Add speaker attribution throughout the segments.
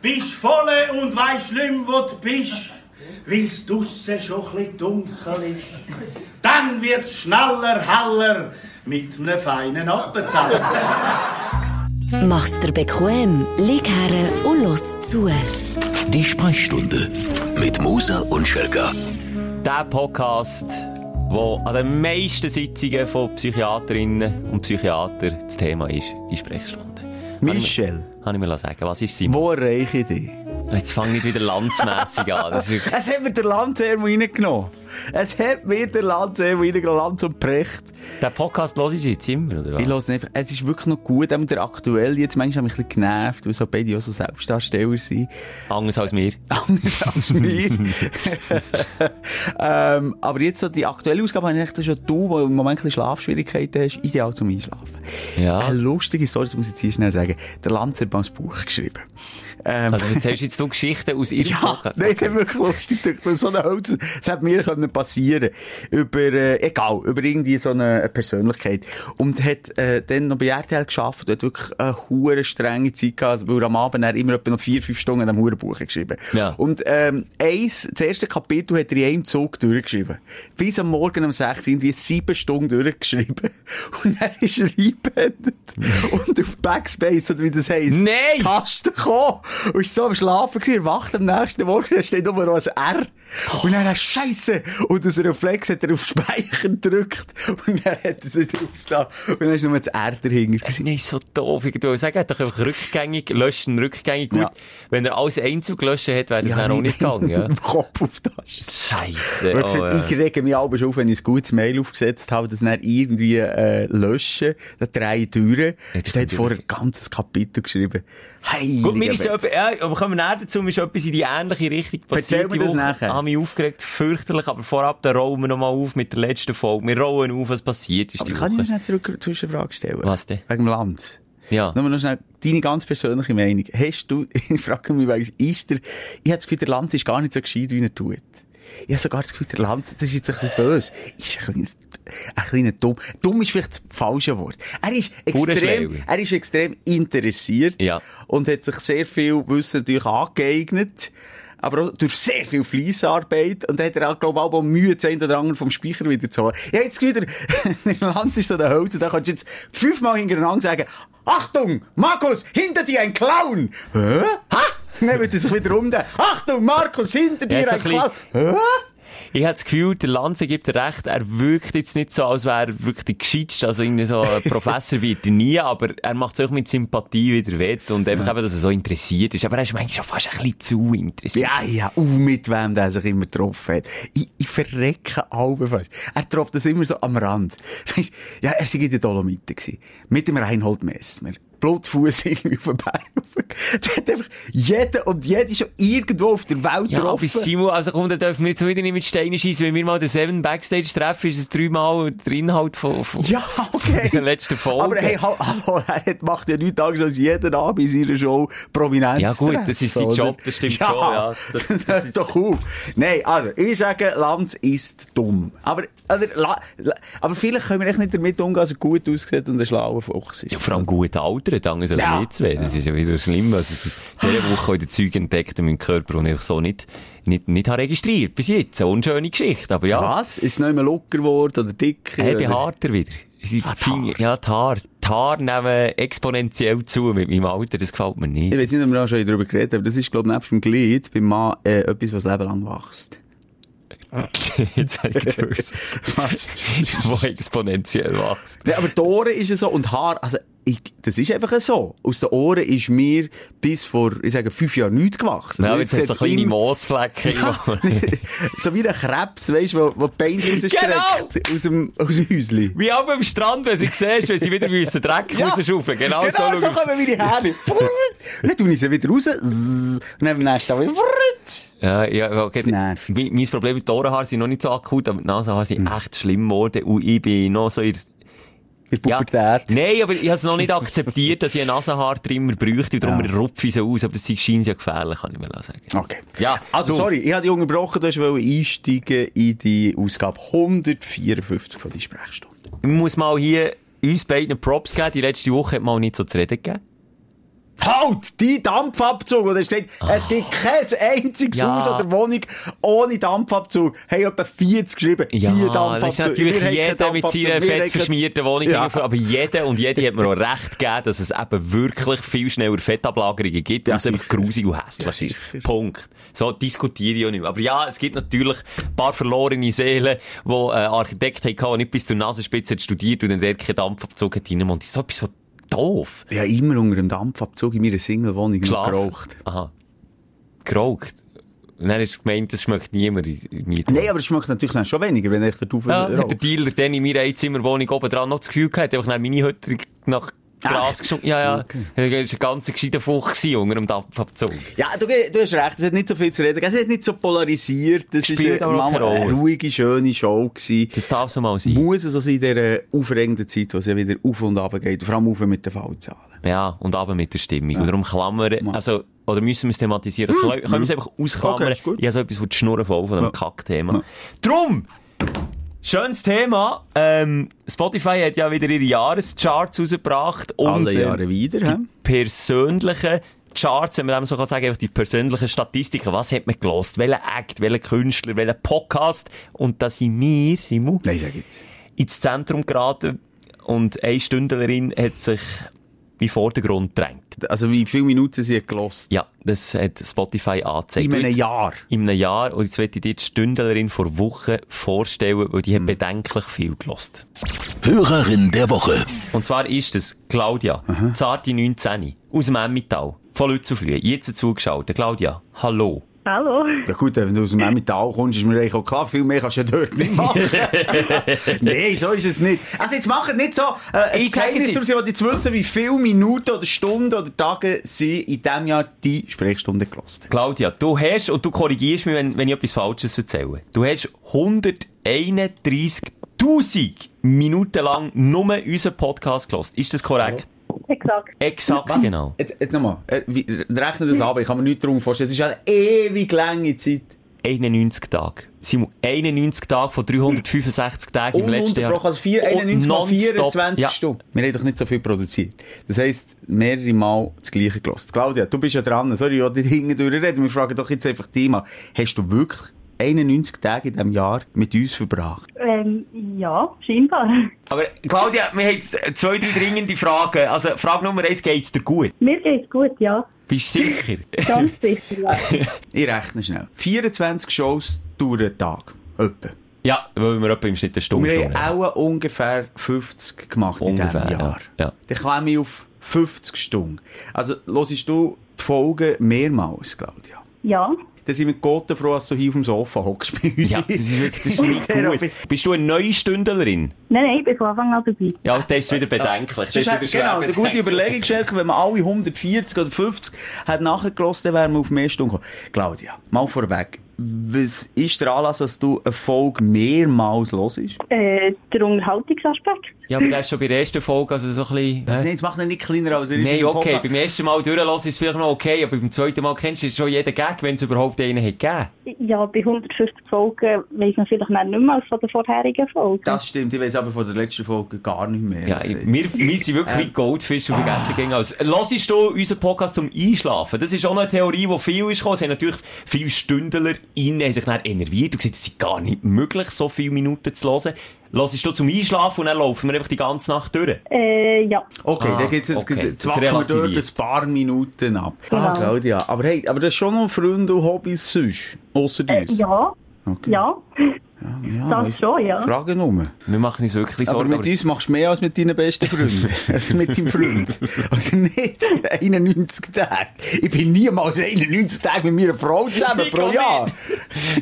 Speaker 1: Bist volle und weisst schlimm, wo du bist, weil's dusse schon chli dunkel ist. Dann wird's schneller, heller mit nem feinen Appenzeller.
Speaker 2: Mach's dir bequem, lieg her und los zu.
Speaker 3: Die Sprechstunde mit Musa und Schelga.
Speaker 4: der Podcast, der an den meisten Sitzungen von Psychiaterinnen und Psychiatern das Thema ist, die Sprechstunde.
Speaker 5: Michel,
Speaker 4: Kann ich mir sagen, was ist Simon?
Speaker 5: wo erreiche ich dich?
Speaker 4: Jetzt fange ich wieder landsmässig an. Das ist wirklich-
Speaker 5: Es hat mir der Landsermo reingenommen. Es hat mir der Landsermo reingenommen, Lanz und Precht.
Speaker 4: der Podcast los ist jetzt immer, oder
Speaker 5: Ich
Speaker 4: was?
Speaker 5: höre einfach, es ist wirklich noch gut, auch der aktuell jetzt manchmal mich ein bisschen genervt, weil so beide auch so Selbstdarsteller sind.
Speaker 4: Anders als mir.
Speaker 5: Anders als mir. ähm, aber jetzt so die aktuelle Ausgabe habe ich echt schon du, wo im Moment ein bisschen Schlafschwierigkeiten hast, ideal zum Einschlafen.
Speaker 4: Ja.
Speaker 5: Eine lustige Story, das muss ich jetzt hier schnell sagen. Der Lanz hat mal ein Buch geschrieben. Ähm,
Speaker 4: Also erzählst jetzt du Geschichten aus ihrem
Speaker 5: Ja,
Speaker 4: Podcast?
Speaker 5: nee, das ist wirklich lustig. Durch, durch so eine Holz, das hätte mir können passieren Über, äh, egal, über irgendwie so eine Persönlichkeit. Und hat, äh, dann noch bei RTL geschafft und hat wirklich eine hure strenge Zeit gehabt, weil er am Abend dann immer etwa noch vier, fünf Stunden am Hurenbuch geschrieben.
Speaker 4: Ja.
Speaker 5: Und, ähm, eins, das erste Kapitel hat er in einem Zug durchgeschrieben. Bis am Morgen um sechs irgendwie sieben Stunden durchgeschrieben. Und dann ist er eingebettet. und auf Backspace, oder wie das heisst.
Speaker 4: Nein!
Speaker 5: Tasten gekommen. Und ist so am Schlafen gewesen, erwacht am nächsten Morgen, da steht nur noch ein R. Und dann hast Scheiße. Und aus Reflex hat er auf Speichern gedrückt. Und dann hat er sie drauf da. Und dann ist nur das R dahinter gewesen.
Speaker 4: Nein, so doof. Ich würde sagen, er hat doch einfach rückgängig, löschen, rückgängig. Gut,
Speaker 5: Ja.
Speaker 4: wenn er alles einzeln gelöscht hätte, wäre das
Speaker 5: Ja,
Speaker 4: dann auch nicht gegangen. Ja?
Speaker 5: Im Kopf auf das.
Speaker 4: Scheiße.
Speaker 5: Und er hat
Speaker 4: Oh, ja.
Speaker 5: gesagt, ich rege mich abends auf, wenn ich ein gutes Mail aufgesetzt habe, das dann irgendwie äh, löschen, dann drei Türen.
Speaker 4: Ja, das
Speaker 5: Steht
Speaker 4: ist
Speaker 5: vorher ein ganzes Kapitel geschrieben. Hey,
Speaker 4: Gut, mir ist so etwas, ja, aber kommen wir näher dazu, mir ist etwas in die ähnliche Richtung
Speaker 5: Erzähl
Speaker 4: passiert. die
Speaker 5: mir das
Speaker 4: Woche.
Speaker 5: nachher.
Speaker 4: habe mich aufgeregt, fürchterlich, aber vorab, da rollen wir nochmal auf mit der letzten Folge. Wir rollen auf, was passiert ist
Speaker 5: Aber
Speaker 4: die
Speaker 5: kann ich
Speaker 4: Woche.
Speaker 5: noch schnell zurück eine Zwischenfrage stellen?
Speaker 4: Was denn?
Speaker 5: Wegen dem Land.
Speaker 4: Ja.
Speaker 5: Nur noch schnell deine ganz persönliche Meinung. Hast du, ich frage mich, manchmal, ist der, ich habe das Gefühl, der Lanz ist gar nicht so gescheit, wie er tut. Ich habe sogar das Gefühl, der Lanz, das ist jetzt ein bisschen böse, ist ein kleiner, ein kleiner dumm. Dumm ist vielleicht das falsche Wort. Er ist extrem,
Speaker 4: Hurenschläger.
Speaker 5: er ist extrem interessiert.
Speaker 4: Ja.
Speaker 5: Und hat sich sehr viel Wissen natürlich angeeignet. Aber auch durch sehr viel Fleissarbeit. Und da hat er auch, glaube ich, auch Mühe, das eine oder andere vom Speicher wieder zu holen. Ja, jetzt wieder, der Land ist so der Holz. Und da kannst du jetzt fünfmal hintereinander sagen, Achtung, Markus, hinter dir ein Clown! Hä? Ha? Dann wird er sich wieder umdrehen. Achtung, Markus, hinter dir
Speaker 4: Ja, so
Speaker 5: ein
Speaker 4: ein bisschen-
Speaker 5: Clown! Hä?
Speaker 4: Ich habe das Gefühl, der Lanze gibt dir recht, er wirkt jetzt nicht so, als wäre er wirklich der Gescheitste, also irgendwie so ein Professor wird er nie, aber er macht es auch mit Sympathie wieder wett und einfach eben, dass er so interessiert ist. Aber er ist manchmal schon fast ein bisschen zu interessiert.
Speaker 5: Ja, ja, uh, mit wem der sich immer getroffen hat. Ich, ich verrecke alle fast. Er tropft das dus immer so am Rand. Weisst, ja, er war in den Dolomiten. gsi. Mit dem Reinhold Messmer. Blutfuß irgendwie auf den Berg. rauf. Der hat einfach jeden und jede schon irgendwo auf der Welt
Speaker 4: Ja,
Speaker 5: getroffen.
Speaker 4: bis Simon, also komm, dann dürfen wir jetzt wieder nicht mit Steinen schießen. Wenn wir mal den Seven Backstage treffen, ist es dreimal der Inhalt von, von
Speaker 5: Ja, okay.
Speaker 4: der letzten Folge.
Speaker 5: Aber hey, hal- hallo, er hat- macht ja nichts anderes als jeden Abend in seiner Show prominent
Speaker 4: Ja,
Speaker 5: zu
Speaker 4: gut,
Speaker 5: treffen,
Speaker 4: das ist sein
Speaker 5: oder?
Speaker 4: Job, das stimmt schon, ja. Das- das
Speaker 5: Das
Speaker 4: ist-
Speaker 5: ist doch cool. Nein, also, ich sage, Lanz ist dumm. Aber, oder, la, la, aber vielleicht können wir echt nicht damit umgehen, dass er gut aussieht und ein schlauer Fuchs ist.
Speaker 4: Ja, vor allem gut altern, anders als
Speaker 5: Ja. Ah.
Speaker 4: wir zwei. Das ist ja wieder schlimm. Also, die- diese Woche habe ich den Zeug entdeckt in meinem Körper und ich so nicht, nicht, nicht habe registriert. Bis jetzt. Eine unschöne Geschichte. Aber ja,
Speaker 5: Was? Ist es nicht mehr locker geworden oder dicker?
Speaker 4: hey,
Speaker 5: oder?
Speaker 4: behaart er wieder. Die
Speaker 5: Ah, die
Speaker 4: Finger- Ja, die Haare. Die Haare nehmen exponentiell zu mit meinem Alter. Das gefällt mir
Speaker 5: Ich
Speaker 4: nicht.
Speaker 5: weiß nicht, ob wir auch schon darüber geredet haben, aber das ist, glaube ich, nebst dem Glied beim Mann äh, etwas, was das Leben lang wächst.
Speaker 4: jetzt habe ich durchs.
Speaker 5: Was?
Speaker 4: Wo exponentiell wächst.
Speaker 5: Ja, aber die Ohren ist ja so und Haar, also ich, das ist einfach so. Aus den Ohren ist mir bis vor, ich sage, fünf Jahren nichts gewachsen.
Speaker 4: Ja,
Speaker 5: Und
Speaker 4: jetzt hat so
Speaker 5: sieht's
Speaker 4: kleine
Speaker 5: im-
Speaker 4: Moosflecken.
Speaker 5: so wie ein Krebs, weißt du, wo, wo die Beine rausstreckt.
Speaker 4: Genau!
Speaker 5: Aus dem, aus dem Häuschen.
Speaker 4: Wie ab am Strand, wenn sie siehst, wenn sie wieder müssen Dreck
Speaker 5: Ja.
Speaker 4: rausschaufeln. Genau,
Speaker 5: genau so,
Speaker 4: so schaust du.
Speaker 5: kommen meine Haare. und dann tue ich sie wieder raus. zzz, Und dann am nächsten Tag wieder. vrrt.
Speaker 4: Ja, ja, okay.
Speaker 5: Das nervt. Hm.
Speaker 4: Mein, mein Problem mit den Ohrenhaaren sind noch nicht so akut, aber die Nasenhaare sind echt schlimm geworden und ich bin noch so in der
Speaker 5: Bei Pubertät.
Speaker 4: Nein, aber ich habe es noch nicht akzeptiert, dass ich einen Nasenhaartrimmer bräuchte und darum rupfe ich sie aus, aber das scheint ja gefährlich, kann ich mir auch sagen.
Speaker 5: Okay.
Speaker 4: Ja,
Speaker 5: also
Speaker 4: du.
Speaker 5: sorry, ich habe dich unterbrochen, du hast wollen einsteigen in die Ausgabe 154 von die Sprechstunde.
Speaker 4: Ich muss mal hier uns beiden Props geben, die letzte Woche hat mal nicht so zu reden gegeben.
Speaker 5: Halt! Die Dampfabzug! Und da steht, es gibt kein einziges
Speaker 4: Ah. Ja.
Speaker 5: Haus oder Wohnung ohne Dampfabzug. Haben etwa 40 geschrieben.
Speaker 4: Ja,
Speaker 5: Hier
Speaker 4: das ist natürlich
Speaker 5: Wir haben keinen
Speaker 4: jeder mit
Speaker 5: Dampfabzug.
Speaker 4: seiner
Speaker 5: Wir haben
Speaker 4: fett
Speaker 5: keinen-
Speaker 4: verschmierten Wohnung
Speaker 5: Ja.
Speaker 4: gegenüber, aber jeder und jede hat mir auch recht gegeben, dass es eben wirklich viel schneller Fettablagerungen gibt
Speaker 5: Ja,
Speaker 4: und es einfach
Speaker 5: sicher.
Speaker 4: grusig und hässlich
Speaker 5: Ja,
Speaker 4: ist. Punkt. So diskutiere ich auch nicht mehr. Aber ja, es gibt natürlich ein paar verlorene Seelen, die äh, Architekten hatten, die nicht bis zur Nasenspitze haben studiert und dann dort keinen Dampfabzug hatten. Und das ist so etwas so doof.
Speaker 5: Ich habe immer unter dem Dampfabzug in meiner Single-Wohnung noch
Speaker 4: Geschlafen.
Speaker 5: geraucht.
Speaker 4: Aha. Geraucht. Und dann ist es gemeint, das schmeckt niemand in, in mir.
Speaker 5: Nein, aber es schmeckt natürlich dann schon weniger, wenn ich da drauf
Speaker 4: Ja, hat
Speaker 5: rauche.
Speaker 4: der Dealer dann in meiner Einzimmerwohnung oben dran noch das Gefühl gehabt, einfach nach meine Hütte nach Gras
Speaker 5: Echt?
Speaker 4: geschoben. Ja, ja. Das war ein ganz gescheiter Fuch gewesen unter dem Dampfabzug.
Speaker 5: Ja, du, du hast recht, es hat nicht so viel zu reden. gegeben, Es hat nicht so polarisiert. Es
Speaker 4: Spielt
Speaker 5: war
Speaker 4: aber auch
Speaker 5: mal
Speaker 4: keine Rolle.
Speaker 5: eine ruhige, schöne Show. Gewesen.
Speaker 4: Das darf so mal sein.
Speaker 5: Muss es also in dieser aufregenden Zeit, wo es ja wieder auf und ab geht, vor allem auf mit den Fallzahlen.
Speaker 4: Ja, und aber mit der Stimmung. Und darum klammern, also, oder müssen wir es thematisieren? Können können wir es einfach ausklammern?
Speaker 5: Hm. Okay, ist gut.
Speaker 4: ich habe so etwas, wo die Schnurren voll von diesem Kackthema. Drum! Schönes Thema. Ähm, Spotify hat ja wieder ihre Jahrescharts rausgebracht. Und,
Speaker 5: Alle
Speaker 4: ähm,
Speaker 5: Jahre wieder, hä?
Speaker 4: persönlichen Charts, wenn man dem so kann sagen, einfach die persönlichen Statistiken. Was hat man gelost? Welcher Act, welcher Künstler, welcher Podcast? Und da sind wir, Simon,
Speaker 5: Nein, sag jetzt.
Speaker 4: ins Zentrum geraten und eine Stündlerin hat sich in den Vordergrund gedrängt.
Speaker 5: Also, wie viele Minuten sie gelost?
Speaker 4: Ja, das hat Spotify angezeigt.
Speaker 5: In einem
Speaker 4: Jetzt-
Speaker 5: Jahr.
Speaker 4: In einem Jahr. Und jetzt möchte ich dir die Stündlerin vor Wochen vorstellen, weil
Speaker 5: Mhm.
Speaker 4: die hat bedenklich viel gelost.
Speaker 3: Hörerin der Woche.
Speaker 4: Und zwar ist es Claudia, zarte 19, aus dem Emmental, von Lützelflühe, jetzt zugeschaltet. Claudia, hallo.
Speaker 6: Hallo.
Speaker 5: Ja gut, wenn du aus dem Emmental kommst, ist mir eigentlich auch klar, viel mehr kannst du ja dort nicht machen. Nein, so ist es nicht. Also jetzt macht nicht so äh, ein
Speaker 4: Ich zeige
Speaker 5: Geheimnis
Speaker 4: sie.
Speaker 5: draus, ich will jetzt wissen, wie viele Minuten oder Stunden oder Tage sie in diesem Jahr die Sprechstunde gelost haben.
Speaker 4: Claudia, du hast, und du korrigierst mich, wenn, wenn ich etwas Falsches erzähle, du hast 131.000 Minuten lang nur unseren Podcast gelost. Ist das korrekt?
Speaker 6: Exakt.
Speaker 4: Exakt, Ah, genau.
Speaker 5: Jetzt, jetzt nochmal, äh, wie- rechne das ab, ich kann mir nichts darum vorstellen. Es ist ja eine ewig lange Zeit.
Speaker 4: 91 Tage. Simon, 91 Tage von 365 Tagen im letzten Jahr.
Speaker 5: Ununterbrochen, also vier- 91 mal
Speaker 4: Und nonstop.
Speaker 5: 24
Speaker 4: Ja.
Speaker 5: Stunden. Wir haben doch nicht so viel produziert. Das heisst, mehrere Mal das Gleiche gelost. Claudia, du bist ja dran. Sorry, ich wollte dich hinten durchreden. Wir fragen doch jetzt einfach dich mal. Hast du wirklich 91 Tage in diesem Jahr mit uns verbracht?
Speaker 6: Ähm, ja, scheinbar.
Speaker 4: Aber Claudia, wir haben jetzt zwei, drei dringende Fragen. Also Frage Nummer eins, geht's dir gut?
Speaker 6: Mir geht's gut, ja.
Speaker 4: Bist du sicher?
Speaker 6: Ganz sicher, ja.
Speaker 5: Ich rechne schnell. 24 Shows durch den Tag. Etwa.
Speaker 4: ja, weil wir etwa im Schnitt eine Stunde
Speaker 5: Wir
Speaker 4: schnurren.
Speaker 5: haben auch ungefähr 50 gemacht in
Speaker 4: Ungefähr,
Speaker 5: diesem Jahr.
Speaker 4: ja. Ja.
Speaker 5: Dann käme ich auf 50 Stunden. Also, hörst du die Folgen mehrmals, Claudia?
Speaker 6: Ja,
Speaker 5: Dann sind wir Gott froh, dass du hier auf dem Sofa hockst bei uns.
Speaker 4: Ja, das ist wirklich das ist nicht gut. Bist du eine neue Stündlerin?
Speaker 6: nein, nein, ich bin von Anfang an dabei.
Speaker 4: Ja, das ist wieder bedenklich. Das
Speaker 5: Das
Speaker 4: ist
Speaker 5: hat,
Speaker 4: wieder schwer
Speaker 5: genau, eine gute
Speaker 4: bedenklich.
Speaker 5: Überlegung, Schelke, wenn man alle 140 oder 50 hat nachgelassen, dann wären wir auf mehr Stunden gekommen. Claudia, mal vorweg, was ist der Anlass, dass du eine Folge mehrmals hörst?
Speaker 6: Äh, der Unterhaltungsaspekt.
Speaker 4: Ja, aber das ist schon bei der ersten Folge, also so ein bisschen...
Speaker 5: Das,
Speaker 4: hä?
Speaker 5: nee, das macht ihn nicht kleiner, als er ist.
Speaker 4: Nein,
Speaker 5: unser
Speaker 4: okay,
Speaker 5: Podcast.
Speaker 4: beim ersten Mal durchlassen ist es vielleicht noch okay, aber beim zweiten Mal kennst du schon jeden Gag, wenn es überhaupt einen hat gegeben.
Speaker 6: Ja, bei 150 Folgen weiss man vielleicht dann nicht mehr als von der vorherigen Folge.
Speaker 5: Das stimmt, ich weiß aber von der letzten Folge gar nicht mehr.
Speaker 4: Ja, ich- wir, wir sind wirklich wie Goldfisch und vergessen gegen alles. Lassest du unseren Podcast zum Einschlafen? Das ist auch eine Theorie, die viel ist gekommen. Es haben natürlich viele Stündler innen haben sich dann enerviert und gesagt, es sei gar nicht möglich, so viele Minuten zu hören. Lassest du zum Einschlafen und dann laufen wir einfach die ganze Nacht durch.
Speaker 6: Äh, ja.
Speaker 5: Okay,
Speaker 4: Ah,
Speaker 5: dann geht's jetzt,
Speaker 4: okay,
Speaker 5: jetzt
Speaker 4: das
Speaker 5: wacken wir dort
Speaker 4: relativiert.
Speaker 5: ein paar Minuten ab. Ah,
Speaker 6: Genau.
Speaker 5: Claudia, aber hey, aber das ist schon noch Freunde und Hobbys sonst, ausser
Speaker 6: Äh,
Speaker 5: uns.
Speaker 6: ja.
Speaker 5: Okay.
Speaker 6: Ja.
Speaker 5: Ja,
Speaker 6: Das
Speaker 5: ich-
Speaker 6: schon, ja.
Speaker 5: Frage nur.
Speaker 4: Wir machen uns wirklich
Speaker 5: Aber
Speaker 4: Sorgen.
Speaker 5: mit uns machst du mehr als mit deinen besten Freunden. als mit deinem Freund. Oder nicht? 91 Tage. Ich bin niemals 91 Tage mit meiner Frau zusammen
Speaker 4: Ich
Speaker 5: pro
Speaker 4: auch
Speaker 5: Jahr.
Speaker 4: nicht.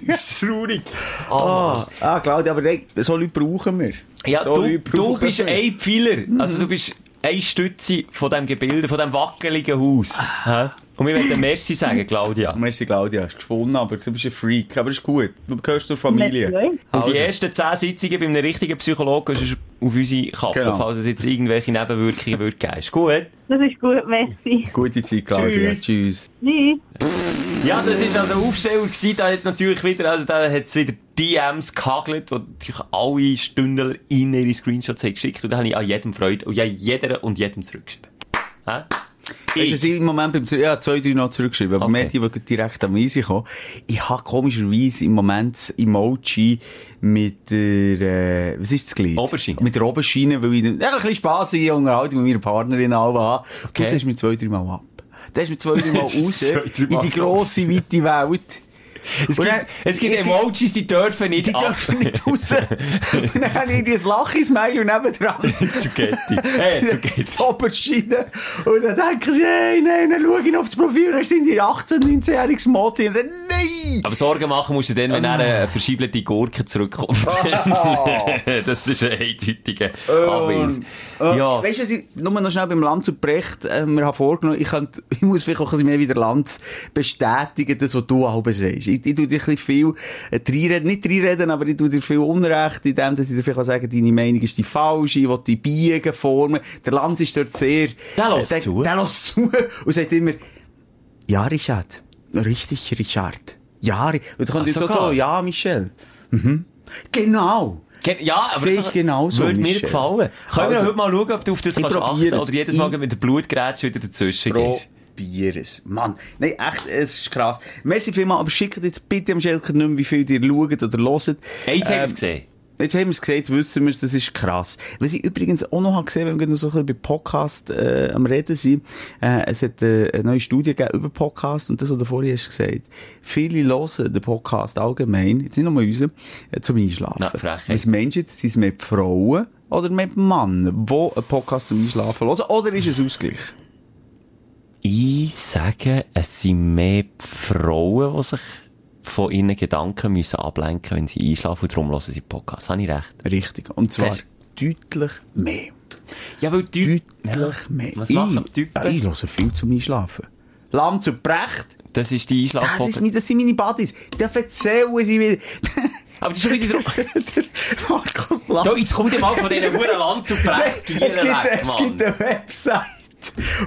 Speaker 4: das ist traurig.
Speaker 5: Ah, ah, Claudia, aber hey, so Leute brauchen wir.
Speaker 4: Ja,
Speaker 5: so
Speaker 4: du,
Speaker 5: Leute
Speaker 4: du
Speaker 5: brauchen
Speaker 4: bist
Speaker 5: wir.
Speaker 4: ein Pfeiler. Also du bist ein Stütze von diesem Gebilde, von diesem wackeligen Haus. Hä? Und wir werden Merci sagen, Claudia.
Speaker 5: Merci, Claudia. Hast gesponnen, aber du bist ein Freak. Aber ist gut. Du gehörst zur Familie.
Speaker 6: Merci.
Speaker 4: Und
Speaker 5: Also,
Speaker 4: die ersten 10 Sitzungen bei einem richtigen Psychologen ist auf unsere Kappe,
Speaker 5: Genau.
Speaker 4: falls es jetzt irgendwelche Nebenwirkungen würde geben. Ist gut?
Speaker 6: Das ist gut, merci.
Speaker 5: gute Zeit, Claudia.
Speaker 4: Tschüss.
Speaker 5: Tschüss.
Speaker 6: Tschüss.
Speaker 4: Ja, das ist also ein Aufsteller gewesen. Da hat natürlich wieder, also da hat's wieder DMs gehagelt, wo natürlich alle Stündler in ihre Screenshots haben geschickt und da habe ich an jedem Freude und ja, jeder und jedem zurückgeschrieben. Hä?
Speaker 5: Weisst du, was ich im Moment beim, Zür- ja, zwei, drei noch zurückgeschrieben, aber
Speaker 4: Okay.
Speaker 5: mehr die, die gerade direkt am Eisen kommen. Ich habe komischerweise im Moment das Emoji mit der, äh, was ist das Glied?
Speaker 4: Oberschiene.
Speaker 5: Mit der Oberschiene, weil ich, ja, ein bisschen Spass in Unterhaltung mit meiner Partnerin auch habe.
Speaker 4: Okay.
Speaker 5: Und das ist mir zwei, drei Mal ab. Das ist mir zwei, drei Mal
Speaker 4: Das ist
Speaker 5: raus,
Speaker 4: zwei, drei
Speaker 5: in
Speaker 4: Mal
Speaker 5: die grosse, weite Welt.
Speaker 4: Es
Speaker 5: Und
Speaker 4: gibt,
Speaker 5: dann-
Speaker 4: es gibt
Speaker 5: ich-
Speaker 4: Emojis, die Ah. dürfen nicht
Speaker 5: Die
Speaker 4: ab.
Speaker 5: dürfen nicht raus. Und dann habe ich irgendwie ein Lachismeil und nebendran.
Speaker 4: Zucchetti. Hey, Zucchetti.
Speaker 5: die Oberschiene. Und dann denken sie, hey, nein, dann schaue ich noch auf das Profil, dann sind die 18-, 19-jähriges Modi. Und dann, nein!
Speaker 4: Aber Sorgen machen musst du dann, wenn er eine verschiebelte Gurke zurückkommt. das ist ein eindeutiger Anweis.
Speaker 5: eh,
Speaker 4: Ja.
Speaker 5: Ähm, äh, Weißt du, was ich, nur noch schnell beim Land zu Brecht, äh, wir haben vorgenommen, ich, könnte, ich muss vielleicht auch ein bisschen mehr wieder Land bestätigen, das, was du auch sagst. Ich, ich tue dir ein bisschen viel äh, reinreden, nicht reinreden, aber ich tue dir viel Unrecht in dem, dass ich dir vielleicht auch sage, deine Meinung ist die falsche, ich will die biegen, formen. Der Land ist dort sehr...
Speaker 4: Der lässt
Speaker 5: äh,
Speaker 4: zu.
Speaker 5: Der lässt zu und sagt immer, ja, Richard, richtig, Richard. Ja, Ri- und dann kommt
Speaker 4: Ach,
Speaker 5: jetzt auch so,
Speaker 4: sogar.
Speaker 5: ja, Michel. Mhm. Genau.
Speaker 4: Gen- Ja,
Speaker 5: Das sehe ich genauso,
Speaker 4: Würde mir
Speaker 5: Michel.
Speaker 4: gefallen. Können
Speaker 5: Also-
Speaker 4: wir heute mal schauen, ob du auf das
Speaker 5: Ich
Speaker 4: kannst achten
Speaker 5: probiere es.
Speaker 4: oder jedes
Speaker 5: Ich-
Speaker 4: Mal mit der Blutgrätsche wieder dazwischen gehst.
Speaker 5: Probier es. Mann, nein, echt, es ist krass. Merci vielmals, aber schickt jetzt bitte am Schelker nicht mehr, wie viel ihr schaut oder hört.
Speaker 4: Hey, jetzt haben
Speaker 5: Ähm,
Speaker 4: wir es gesehen.
Speaker 5: Jetzt haben wir es gesehen, jetzt wissen wir es, das ist dus krass. Was ich übrigens auch noch habe gesehen wenn wir gerade noch so ein bisschen bei Podcast äh, am Reden sind, äh, es hat äh, eine neue Studie gegeben über Podcast und das, was du vorhin hast gesagt. Viele hören den eh, Podcast allgemein, jetzt nicht nur unseren, äh, zum Einschlafen.
Speaker 4: Na, Frechheit.
Speaker 5: Was meinst du jetzt, sind es mehr die Frauen oder mehr die Männer, die einen Podcast zum Einschlafen hören? Oder ist es Ausgleich?
Speaker 4: Ich sage, es sind mehr die Frauen, die sich von ihren Gedanken müssen ablenken müssen, wenn sie einschlafen und darum hören sie Podcasts. Habe ich recht?
Speaker 5: Richtig. Und zwar
Speaker 4: Siehst
Speaker 5: deutlich mehr.
Speaker 4: Ja, weil die...
Speaker 5: Deutlich mehr.
Speaker 4: Was
Speaker 5: ich,
Speaker 4: machen die Typen?
Speaker 5: Äh, ich höre viel zum Einschlafen. Lamm zu Brecht.
Speaker 4: Das ist die
Speaker 5: Das, ist,
Speaker 4: Einschlafphobie.
Speaker 5: mein- das sind meine Buddies. Der erzählen sie mir.
Speaker 4: Aber das ist schon wieder...
Speaker 5: der Markus Lamm.
Speaker 4: Da, jetzt kommt ihr mal von diesen huren Land zu Brecht.
Speaker 5: es gibt,
Speaker 4: weg,
Speaker 5: es
Speaker 4: Mann.
Speaker 5: gibt eine Website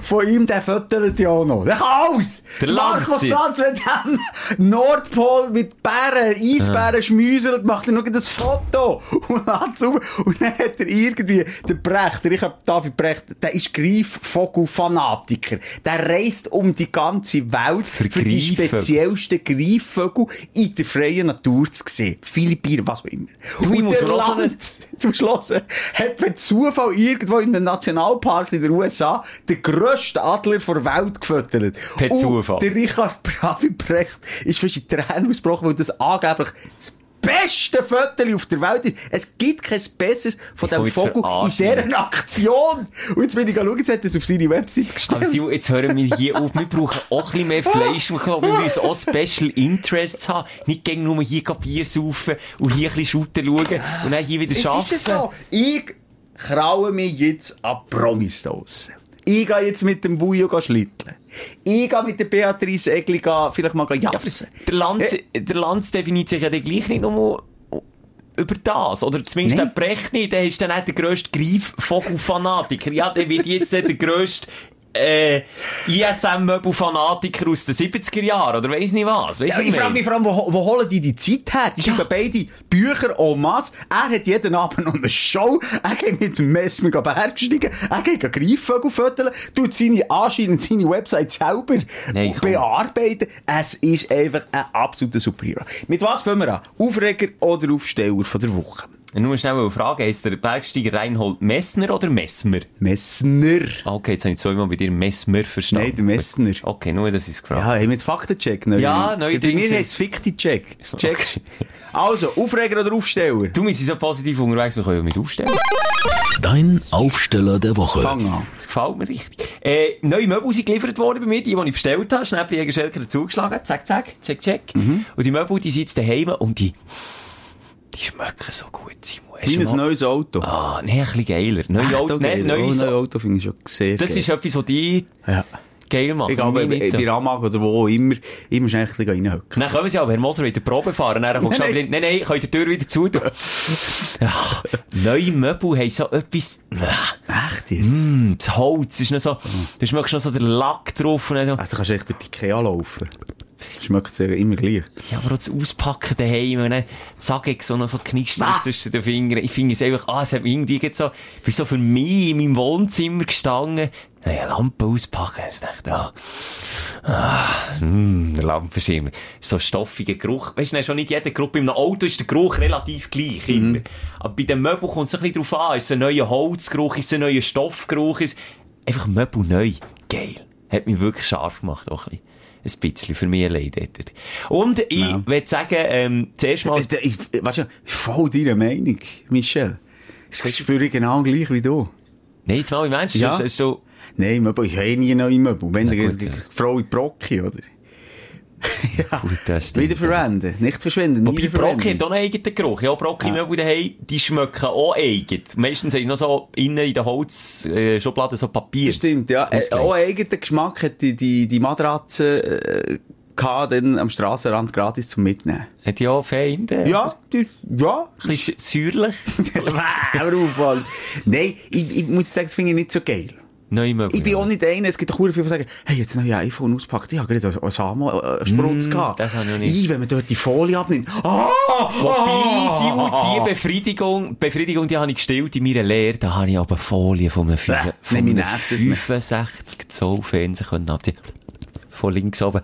Speaker 5: von ihm, der fötelt ja auch noch. Der kann alles!
Speaker 4: Der
Speaker 5: Markus
Speaker 4: Lanzi.
Speaker 5: Lanz, wenn der am Nordpol mit Bären, Eisbären schmüselt, macht er noch ein Foto und lädt es auf. Und dann hat er irgendwie, der Brecht, der ich habe David Brecht, der ist Greifvogel-Fanatiker. Der reist um die ganze Welt für, die
Speaker 4: Greifvögel.
Speaker 5: speziellsten Greifvögel in der freien Natur zu sehen. Philippinen, was auch immer.
Speaker 4: ich muss
Speaker 5: der
Speaker 4: mir auch so eine-
Speaker 5: zum Schluss äh, hat per Zufall irgendwo in einem Nationalpark in den USA den grössten Adler der Welt gefüttert.
Speaker 4: Per
Speaker 5: Und
Speaker 4: Zufall.
Speaker 5: Der Richard Bravi Brecht ist fast in Tränen ausgebrochen, weil das angeblich das beste Viertel auf der Welt ist. Es gibt kein besseres von
Speaker 4: komm
Speaker 5: diesem
Speaker 4: jetzt
Speaker 5: Vogel in
Speaker 4: verarschen.
Speaker 5: dieser Aktion. Und jetzt bin ich schauen, jetzt hat er es auf seine Website
Speaker 4: Aber
Speaker 5: gestellt.
Speaker 4: Simon, jetzt hören wir hier auf. Wir brauchen auch ein bisschen mehr Fleisch. Ich glaube, wir müssen auch Special Interests haben. Nicht gegen nur hier Bier saufen und hier ein bisschen Shooter schauen und dann hier wieder
Speaker 5: Es
Speaker 4: schaffen.
Speaker 5: ist ja so. Ich kraue mich jetzt an Promis aus. Ich gehe jetzt mit dem Vujo gehen schlitteln. Ich gehe mit der Beatrice Egli gehen, vielleicht mal gehen jassen.
Speaker 4: Der Lanz,
Speaker 5: Hey.
Speaker 4: der Lanz definiert sich ja dann gleich nicht nur über das. Oder zumindest
Speaker 5: Nein.
Speaker 4: der Brecht nicht. Der ist dann auch der grösste Greifvogel-Fanatiker. Ja, der wird jetzt dann der grösste äh, ISM-Möbel-Fanatiker aus den 70er Jahren. Oder weiss nicht was. Weißt
Speaker 5: Ja,
Speaker 4: du,
Speaker 5: ich frage mich vor allem, wo, wo holen die die Zeit her? Die schreiben beide Bücher en masse. Er hat jeden Abend noch eine Show. Er geht mit dem Messmer bergsteigen. Er geht Greifvögel föteln. Tut seine anscheinend seine Website selber
Speaker 4: Nein, komm.
Speaker 5: bearbeiten. Es ist einfach ein absoluter Superhero. Mit was fangen wir an? Aufreger oder Aufsteller von der Woche?
Speaker 4: Äh, Nur schnell eine Frage. Heißt der Bergsteiger Reinhold Messner oder Messmer?
Speaker 5: Messner.
Speaker 4: Ah, Okay, jetzt habe ich zweimal bei dir Messmer verstanden.
Speaker 5: Nein, der Messner.
Speaker 4: Okay, nur, dass ich es
Speaker 5: Ja,
Speaker 4: gefragt habe.
Speaker 5: haben wir jetzt Faktencheck neu?
Speaker 4: Ja, neue
Speaker 5: Bei mir
Speaker 4: Dinge
Speaker 5: heisst es Fikti-Check. Check.
Speaker 4: Okay.
Speaker 5: Also, Aufreger oder Aufsteller?
Speaker 4: Du, wir sind so positiv unterwegs, wir können ja mit aufstellen.
Speaker 3: Dein Aufsteller der Woche.
Speaker 5: Fang an.
Speaker 4: Das gefällt mir richtig. Äh, neue Möbel sind geliefert worden bei mir, die, die ich bestellt habe. Schnäppli Jägerschelker dazugeschlagen. Zack, zack, check, check.
Speaker 5: Mhm.
Speaker 4: Und die Möbel, die sind jetzt daheim und die, die schmecken so gut, Simon. Hast du
Speaker 5: Wie ein
Speaker 4: mal-
Speaker 5: neues Auto.
Speaker 4: Ah, nee, ein bisschen geiler. Neue Auto, nee, neue
Speaker 5: neues
Speaker 4: so
Speaker 5: Auto finde ich schon sehr
Speaker 4: Das
Speaker 5: geil.
Speaker 4: ist etwas, was die
Speaker 5: Ja.
Speaker 4: geil macht.
Speaker 5: Ich glaube,
Speaker 4: Mir
Speaker 5: bei
Speaker 4: nicht so.
Speaker 5: bei Ramag oder wo auch immer, immer schnell ein bisschen reinhöcken.
Speaker 4: Dann können wir sie aber, Herr Moser, wieder Probe fahren. Dann kommst du
Speaker 5: Nein,
Speaker 4: aber nicht,
Speaker 5: nein.
Speaker 4: nein, nein, könnt die Tür wieder zu tun. Ach, neue Möbel haben so etwas,
Speaker 5: Echt jetzt?
Speaker 4: mm, das Holz ist noch so, du schmeckst noch so den Lack drauf und dann so,
Speaker 5: Also kannst du echt durch die Ikea laufen. Schmeckt sehr immer gleich.
Speaker 4: ja, aber auch das Auspacken daheim und dann sag ich so noch so knistert zwischen den Fingern. Ich finde es einfach, ah, es hat mich irgendwie jetzt so, ich bin so für mich in meinem Wohnzimmer gestanden, Dann habe ich eine Lampe auspacken. Und dachte, ah, ah, mm, der Lampenschirm. So stoffiger Geruch. Weißt du, dann ist schon nicht jeder Geruch. Bei einem Auto ist der Geruch relativ gleich. Immer. Aber bei den Möbeln kommt es ein bisschen drauf an. Ist es ein neuer Holzgeruch? Ist es ein neuer Stoffgeruch? Ist einfach Möbel neu. Geil. Hat mich wirklich scharf gemacht. Auch ein bisschen. Ein bisschen für mich allein dort. Und ich ja. will sagen, ähm, zuerst mal,
Speaker 5: Äh, ich, weißt du, voll deiner Meinung, Michel. Das spüre ich genau gleich wie du.
Speaker 4: nein, jetzt mal, wie meinst du?
Speaker 5: Ja.
Speaker 4: Ist- Ist so,
Speaker 5: Nein, Möbel, ich habe nie neue Möbel. Wenn,
Speaker 4: Ja,
Speaker 5: ja,
Speaker 4: gut,
Speaker 5: die
Speaker 4: ja.
Speaker 5: Frau in Brocki, oder? ja,
Speaker 4: Gut, das stimmt.
Speaker 5: wiederverwenden, nicht verschwinden,
Speaker 4: Wobei Brocki
Speaker 5: wiederverwenden.
Speaker 4: hat auch einen eigenen Geruch. Ja, Brocki-Möbel daheim, die schmecken auch eigen. Meistens hast du noch so innen in der Holzschublade äh, Schublade so Papier.
Speaker 5: Das stimmt, ja. Äh,
Speaker 4: Ausgelegt.
Speaker 5: auch einen eigenen Geschmack hat die, die, die Matratze äh, gehabt, dann am Strassenrand gratis zum Mitnehmen.
Speaker 4: Hat ja auch Feinde.
Speaker 5: Ja, das, ja.
Speaker 4: Ein bisschen säuerlich.
Speaker 5: Aber Aufwand. Nein, ich, ich muss sagen, das finde ich nicht so geil.
Speaker 4: Neue Möbel.
Speaker 5: Ich bin auch nicht einer, es gibt doch sehr viele, die sagen, hey, jetzt ein neues iPhone auspackt, ich habe gerade einen Samuel, einen Sprutz gehabt.
Speaker 4: Mm, das habe ich noch nicht.
Speaker 5: Ih, wenn man dort die Folie abnimmt, ah, ah,
Speaker 4: Wobei, Simon, Oh! die Befriedigung, Befriedigung, die habe ich gestillt in meiner Lehre. Da habe ich aber Folie von einem, fünf,
Speaker 5: Bäh,
Speaker 4: von
Speaker 5: nein, mich
Speaker 4: einem
Speaker 5: nervt das nicht.
Speaker 4: 65 Zoll Fernseher können abziehen. Von links oben.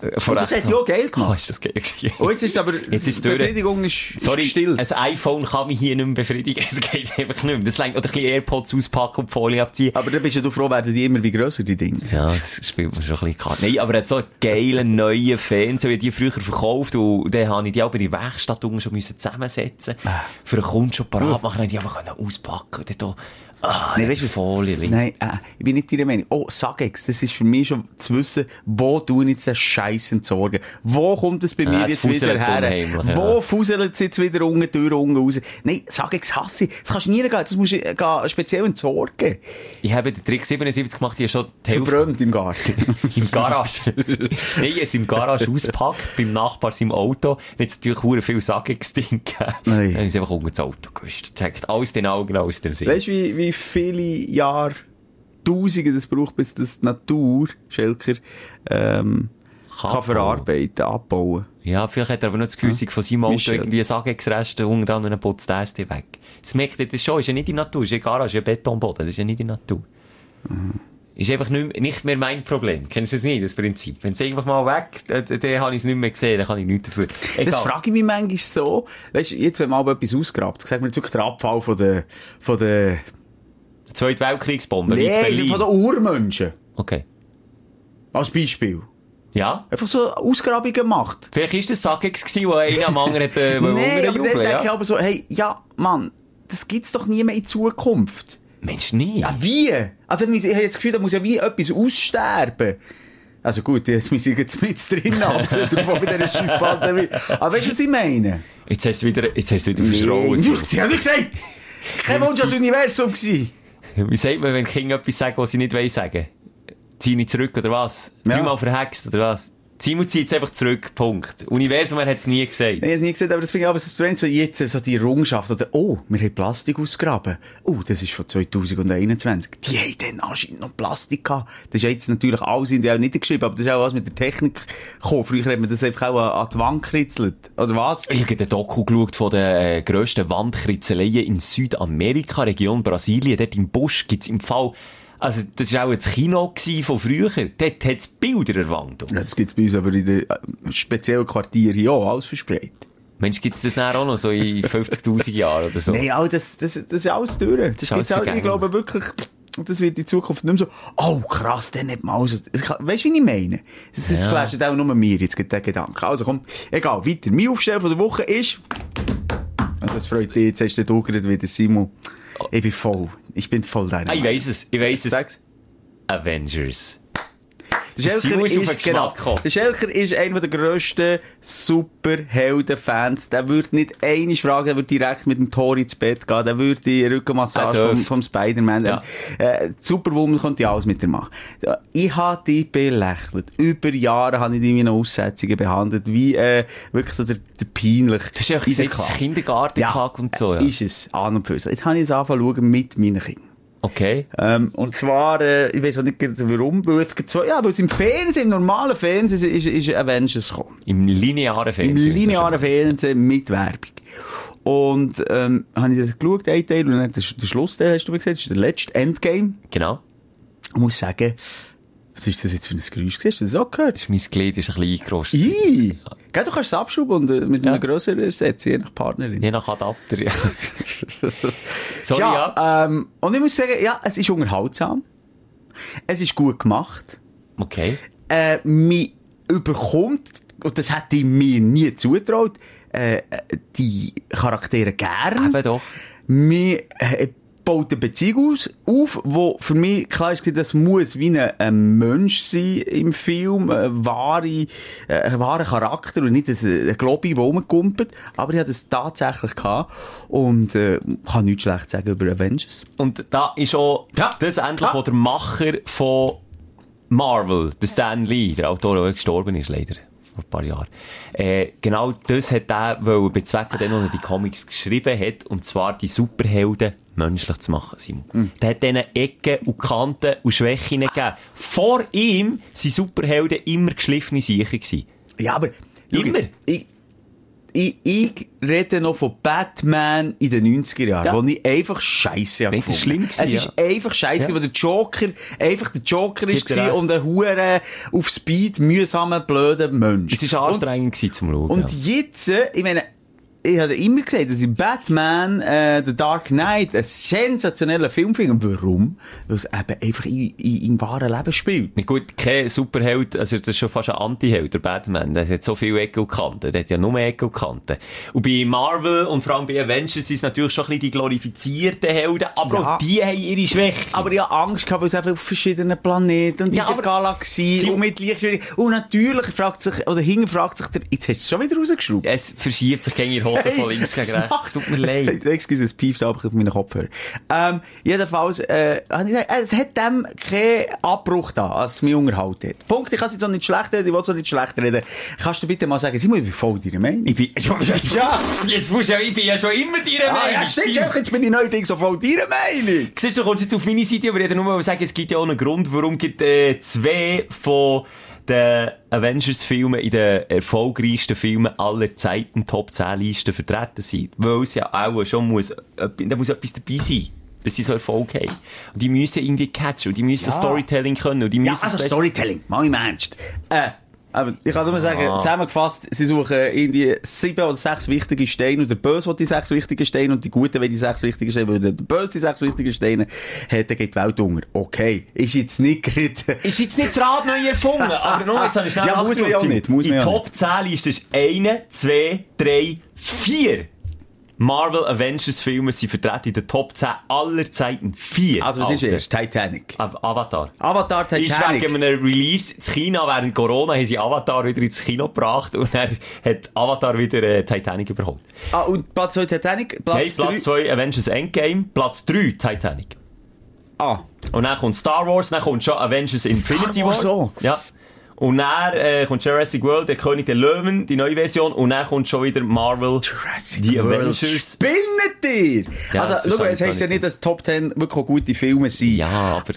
Speaker 4: Äh, Von
Speaker 5: Und das
Speaker 4: rechts
Speaker 5: hat ja
Speaker 4: oben.
Speaker 5: geil
Speaker 4: Oh,
Speaker 5: gemacht.
Speaker 4: ist das geil gewesen.
Speaker 5: Und jetzt ist aber,
Speaker 4: Jetzt ist es
Speaker 5: die
Speaker 4: durch.
Speaker 5: Befriedigung ist, ist
Speaker 4: Sorry,
Speaker 5: gestillt.
Speaker 4: ein iPhone kann mich hier nicht mehr befriedigen. Es geht einfach nicht mehr. Das längt, oder ein bisschen AirPods auspacken und die Folie abziehen.
Speaker 5: aber dann bist ja du froh, werden die immer wie grösser, die Dinge.
Speaker 4: Ja, das spielt mir schon ein bisschen Karten. Nein, aber er hat so einen geilen neuen Fernseher, wie die früher verkauft und dann habe ich die auch bei der Werkstatt unten schon müssen zusammensetzen
Speaker 5: Ah.
Speaker 4: Für einen Kunden schon parat machen, dann habe ich die einfach können auspacken und dann da, ah,
Speaker 5: Nein,
Speaker 4: dann
Speaker 5: weißt du,
Speaker 4: die
Speaker 5: was-
Speaker 4: Folie links.
Speaker 5: Nein, äh, ich bin nicht deiner Meinung. Oh, Sagex, das ist für mich schon zu wissen, wo tue ich jetzt den Scheiß entsorgen? Wo kommt es bei mir
Speaker 4: es
Speaker 5: jetzt wieder
Speaker 4: fuselt
Speaker 5: her?
Speaker 4: unheimlich,
Speaker 5: Wo
Speaker 4: ja.
Speaker 5: fuselt es jetzt wieder unten, durch, unten raus? Nein, Sagex hasse ich. Das kannst du nie gehen. Das musst du äh, gehen, speziell entsorgen.
Speaker 4: Ich habe den Trick 77 gemacht, die habe schon die Hälfte
Speaker 5: Verbrannt im Garten.
Speaker 4: im Garage. Nein, es im Garage auspackt, beim Nachbar seinem Auto. Dann hat es natürlich sehr viel Sagex-Ding gegeben.
Speaker 5: Nein.
Speaker 4: Dann habe ich es einfach unter das Auto gewischt. Checkt alles den Augen, alles dem Sinn.
Speaker 5: weißt du, wie, wie viele Jahre, Tausende das braucht, bis das die Natur, Schelker, ähm,
Speaker 4: Kann
Speaker 5: kann verarbeiten, abbauen.
Speaker 4: Ja, vielleicht hat er aber noch das Gefühl, von seinem Auto
Speaker 5: Michel.
Speaker 4: irgendwie Sagex-Reste unter anderem putzt er es dir weg. Das merkt ihr das schon, ist ja nicht die Natur, ist ja Garage, ist ja Betonboden, das ist ja nicht die Natur.
Speaker 5: Mhm.
Speaker 4: Ist einfach nicht, mehr- nicht mehr mein Problem. Kennst du das nicht, das Prinzip? Wenn es einfach mal weg, dann, dann habe ich es nicht mehr gesehen, dann kann ich nichts dafür. Egal.
Speaker 5: Das frage ich mich manchmal so. Weißt du, jetzt, wenn man aber etwas ausgrabt, sagen wir jetzt wirklich der Abfall von der, von der,
Speaker 4: Zweite Weltkriegsbombe, wie in
Speaker 5: nee,
Speaker 4: Berlin.
Speaker 5: von den Urmenschen.
Speaker 4: Okay.
Speaker 5: Als Beispiel.
Speaker 4: Ja?
Speaker 5: Einfach so Ausgrabungen macht.
Speaker 4: Vielleicht ist das Sagex gewesen, wo einer am anderen hat, äh, wo
Speaker 5: Nein,
Speaker 4: andere
Speaker 5: aber dann
Speaker 4: jubeln,
Speaker 5: denke ich
Speaker 4: ja?
Speaker 5: aber so, hey, ja, Mann, das gibt's doch nie mehr in Zukunft.
Speaker 4: Mensch, nie.
Speaker 5: Ja, wie? Also, ich habe jetzt das Gefühl, da muss ja wie etwas aussterben. Also gut, jetzt müssen wir jetzt mit drin, abgesehen davon mit dieser scheiß Pandemie. Aber weißt du, was ich meine?
Speaker 4: Jetzt hast du es wieder, jetzt hast du es wieder verschrauen.
Speaker 5: Ich habe nicht gesagt! Kein Wunsch ans Universum gewesen!
Speaker 4: Wie sagt man, wenn Kinder etwas sagen, was sie nicht wollen sagen? Zieh ich zurück, oder was?
Speaker 5: Ja.
Speaker 4: Dreimal verhext, oder was? Simon zieht es einfach zurück, Punkt. Universum, er hat es nie gesagt.
Speaker 5: Nein, ich habe es nie gesehen, aber das finde ich aber so strange, so jetzt äh, so die Errungenschaft oder, oh, wir haben Plastik ausgegraben. Oh, das ist von 2021. Die haben dann anscheinend noch Plastik gehabt. Das ist ja jetzt natürlich alles in die auch niedergeschrieben, aber das ist auch was mit der Technik gekommen. Früher hat man das einfach auch an- an die Wand gekritzelt. Oder was?
Speaker 4: Ich habe den Doku geschaut von den äh, grössten Wandkritzeleien in Südamerika, Region Brasilien. Dort im Busch gibt's im Fall, also das war auch das Kino gewesen von früher. Dort hat's Bilder erwandt.
Speaker 5: Ja, das gibt es bei uns aber in den äh, speziellen Quartieren ja, alles verspreit.
Speaker 4: Mensch, gibt's das nachher auch noch so in 50'000 Jahren oder so?
Speaker 5: Nein, all das, das, das ist alles durch. Das
Speaker 4: ist alles
Speaker 5: gibt's auch, ich
Speaker 4: vergangen.
Speaker 5: glaube wirklich, das wird in Zukunft nicht mehr so, oh krass, dann hat man also, weißt du, wie ich meine? Das ist flasht auch nur mir jetzt gerade der Gedanke. Also komm, egal, weiter. Mein Aufsteller von der Woche ist, und das freut dich, jetzt hast du den gerade wieder, Simon. Ich bin voll, ich bin voll deiner
Speaker 4: Ah, ich
Speaker 5: Meinung.
Speaker 4: weiss es, ich weiss es.
Speaker 5: Sag's.
Speaker 4: Avengers.
Speaker 5: Der Schelker
Speaker 4: Simon ist
Speaker 5: ist,
Speaker 4: auf den Geschmack
Speaker 5: genau,
Speaker 4: gekommen.
Speaker 5: der Schelker ist einer der grössten Superhelden-Fans. Der würde nicht eine fragen, der würde direkt mit dem Tor ins Bett gehen, der würde die Rückenmassage
Speaker 4: Er
Speaker 5: vom,
Speaker 4: dürft.
Speaker 5: vom Spider-Man.
Speaker 4: Ja.
Speaker 5: Äh, Superwoman konnte ja alles mit dir machen. Ja, Ich habe die belächelt. Über Jahre habe ich die in meinen Aussetzungen behandelt, wie äh, wirklich so der, der peinlich.
Speaker 4: Du hast ja auch
Speaker 5: in der
Speaker 4: gesagt,
Speaker 5: Klasse.
Speaker 4: Kindergarten
Speaker 5: ja,
Speaker 4: und so, ja. Äh,
Speaker 5: Ist es, an und für sich. Jetzt habe ich es angefangen zu schauen mit meinen Kindern.
Speaker 4: Okay.
Speaker 5: Ähm, und zwar, äh, ich weiß auch nicht gerade warum, weil es gibt so, ja, weil es im Fernsehen, im normalen Fernsehen ist, ist Avengers gekommen.
Speaker 4: Im linearen
Speaker 5: Im
Speaker 4: Fernsehen.
Speaker 5: linearen Fernsehen mit Werbung. Und, ähm, habe ich das geschaut, einen Teil, und dann, das, der Schlussteil hast du mir gesagt, das ist der letzte Endgame.
Speaker 4: Genau.
Speaker 5: Ich muss sagen, was ist das jetzt für ein Geräusch? Hast du das auch gehört?
Speaker 4: Ist mein Glied ist ein bisschen eingerostet.
Speaker 5: Ii! Gell, du kannst es abschrauben und äh, mit
Speaker 4: Ja.
Speaker 5: einer grösseren ersetzen, je nach Partnerin.
Speaker 4: Je nach Adapter, ja. Sorry, ja.
Speaker 5: ja, Ähm, und ich muss sagen, ja, es ist unterhaltsam. Es ist gut gemacht.
Speaker 4: Okay.
Speaker 5: Äh, mich überkommt, und das hätte ich mir nie zugetraut, äh, die Charaktere gern.
Speaker 4: Eben doch.
Speaker 5: Mir äh, baut eine Beziehung aus, auf, wo für mich klar ist, das muss wie ein, ein Mensch sein im Film, ein wahre, äh, ein wahrer Charakter und nicht ein, ein Globi, der rumkumpelt. Aber ich hatte das tatsächlich gehabt und äh, kann nichts schlecht sagen über Avengers.
Speaker 4: Und da ist auch
Speaker 5: Ja.
Speaker 4: das endlich,
Speaker 5: Ja.
Speaker 4: wo der Macher von Marvel, der Stan Lee, der Autor, der auch gestorben ist, leider, vor ein paar Jahren. Äh, genau das hat er wollen bezwecken, den, als er die Comics geschrieben hat, und zwar die Superhelden menschlich zu machen, Simon.
Speaker 5: Mhm.
Speaker 4: Der hat denen Ecken und Kanten und Schwächen gegeben. Vor ihm sind Superhelden immer geschliffene Siechen gewesen.
Speaker 5: Ja, aber schau,
Speaker 4: Immer.
Speaker 5: Ich, ich, ich rede noch von Batman in den 90er Jahren,
Speaker 4: Ja.
Speaker 5: wo ich einfach scheiße habe.
Speaker 4: Nein, das ist schlimm
Speaker 5: gefunden.
Speaker 4: gewesen,
Speaker 5: Es ist
Speaker 4: ja.
Speaker 5: einfach scheiße,
Speaker 4: Ja.
Speaker 5: wo der Joker einfach der Joker
Speaker 4: Gibt
Speaker 5: war
Speaker 4: er auch.
Speaker 5: und ein hure auf Speed mühsamer, blöder Mensch.
Speaker 4: Es war anstrengend gewesen zum Schauen.
Speaker 5: Und, und
Speaker 4: ja.
Speaker 5: jetzt, äh, ich meine, ich habe immer gesagt, dass ich Batman, äh, The Dark Knight, einen sensationellen Film finde. Und warum? Weil es eben einfach in, in, im wahren Leben spielt.
Speaker 4: Na gut, kein Superheld, also das ist schon fast ein Antiheld, der Batman. Der hat so viele Ecken und Kanten. Der hat ja nur Ecken und Kanten. Und bei Marvel und vor allem bei Avengers sind es natürlich schon ein bisschen die glorifizierten Helden, aber
Speaker 5: Ja.
Speaker 4: auch die haben ihre Schwächen.
Speaker 5: Aber ich hatte Angst, gehabt, weil es eben auf verschiedenen Planeten und
Speaker 4: Ja,
Speaker 5: in der
Speaker 4: aber-
Speaker 5: Galaxie
Speaker 4: Sie-
Speaker 5: und mit Lichtschwierigkeiten. Und natürlich fragt sich, oder hinten fragt sich der, jetzt hast du es schon wieder rausgeschraubt.
Speaker 4: Es verschiebt sich gegen ihre Hose von links gegen
Speaker 5: das
Speaker 4: rechts.
Speaker 5: macht-
Speaker 4: Tut mir leid.
Speaker 5: Excuse, es piepst aber auf meinen Kopfhörer. Ähm, jedenfalls, äh, hab ich gesagt, äh, es hat dem keinen Abbruch da, als es mich unterhalten hat. Punkt, ich kann es jetzt auch nicht schlecht reden, ich will es auch nicht schlecht reden. Kannst du bitte mal sagen, Simon, ich bin voll deiner Meinung.
Speaker 4: Ich bin,
Speaker 5: Ja.
Speaker 4: jetzt musst du ja, ich bin ja schon immer deiner
Speaker 5: ah,
Speaker 4: Meinung.
Speaker 5: ja, stimmt,
Speaker 4: Simon.
Speaker 5: jetzt bin ich neuerdings so voll deiner Meinung.
Speaker 4: Siehst du, du kommst jetzt auf meine Seite, aber ich hätte nur mal sagen, es gibt ja auch einen Grund, warum gibt, äh, zwei von den Avengers-Filmen in den erfolgreichsten Filmen aller Zeiten Top 10-Listen vertreten sind. Weil es ja auch schon muss, äh, da muss etwas dabei sein, dass sie so Erfolg haben. Und die müssen irgendwie catchen, und die müssen
Speaker 5: Ja.
Speaker 4: Storytelling können, und die müssen...
Speaker 5: Ja, also
Speaker 4: das Beste-
Speaker 5: Storytelling, mal im Ernst. Äh, aber ich kann nur mal sagen,
Speaker 4: Ah.
Speaker 5: zusammengefasst, sie suchen irgendwie sieben oder sechs wichtige Steine und der Böse will die sechs wichtigen Steine und die Guten will die sechs wichtigen Steine, weil der Böse die sechs wichtigen Steine hat, dann geht die Welt unter. Okay, ist jetzt nicht gerade...
Speaker 4: Ist jetzt nicht das Rad neu erfunden, aber nur jetzt habe ich schnell
Speaker 5: Ja, muss
Speaker 4: nachgeschaut,
Speaker 5: man ja auch
Speaker 4: Simon.
Speaker 5: nicht, muss
Speaker 4: In
Speaker 5: man ja
Speaker 4: Top 10 Liste ist 1, 2, 3, 4. Marvel Avengers Filme sind vertreten in der Top 10 aller Zeiten. 4.
Speaker 5: Also was ist erst? Titanic.
Speaker 4: Avatar.
Speaker 5: Avatar
Speaker 4: Ist
Speaker 5: Titanic.
Speaker 4: wegen einem Release in China während Corona haben sie Avatar wieder ins Kino gebracht und er hat Avatar wieder äh, Titanic überholt.
Speaker 5: Ah, und Platz 2 Titanic,
Speaker 4: Nein,
Speaker 5: Platz 3...
Speaker 4: Platz 2 Avengers Endgame, Platz 3 Titanic.
Speaker 5: ah,
Speaker 4: Und dann kommt Star Wars, dann kommt schon Avengers Infinity
Speaker 5: Wars oh.
Speaker 4: War.
Speaker 5: auch.
Speaker 4: Ja. Und dann äh, kommt Jurassic World, der König der Löwen, die neue Version. Und dann kommt schon wieder Marvel,
Speaker 5: Jurassic
Speaker 4: die
Speaker 5: World.
Speaker 4: Avengers.
Speaker 5: Spinnet ihr?
Speaker 4: Ja, das
Speaker 5: also, schau,
Speaker 4: verstehe
Speaker 5: es
Speaker 4: ich
Speaker 5: heisst
Speaker 4: auch
Speaker 5: ja
Speaker 4: nicht.
Speaker 5: nicht, dass die Top 10 wirklich auch gute Filme sind.
Speaker 4: Ja,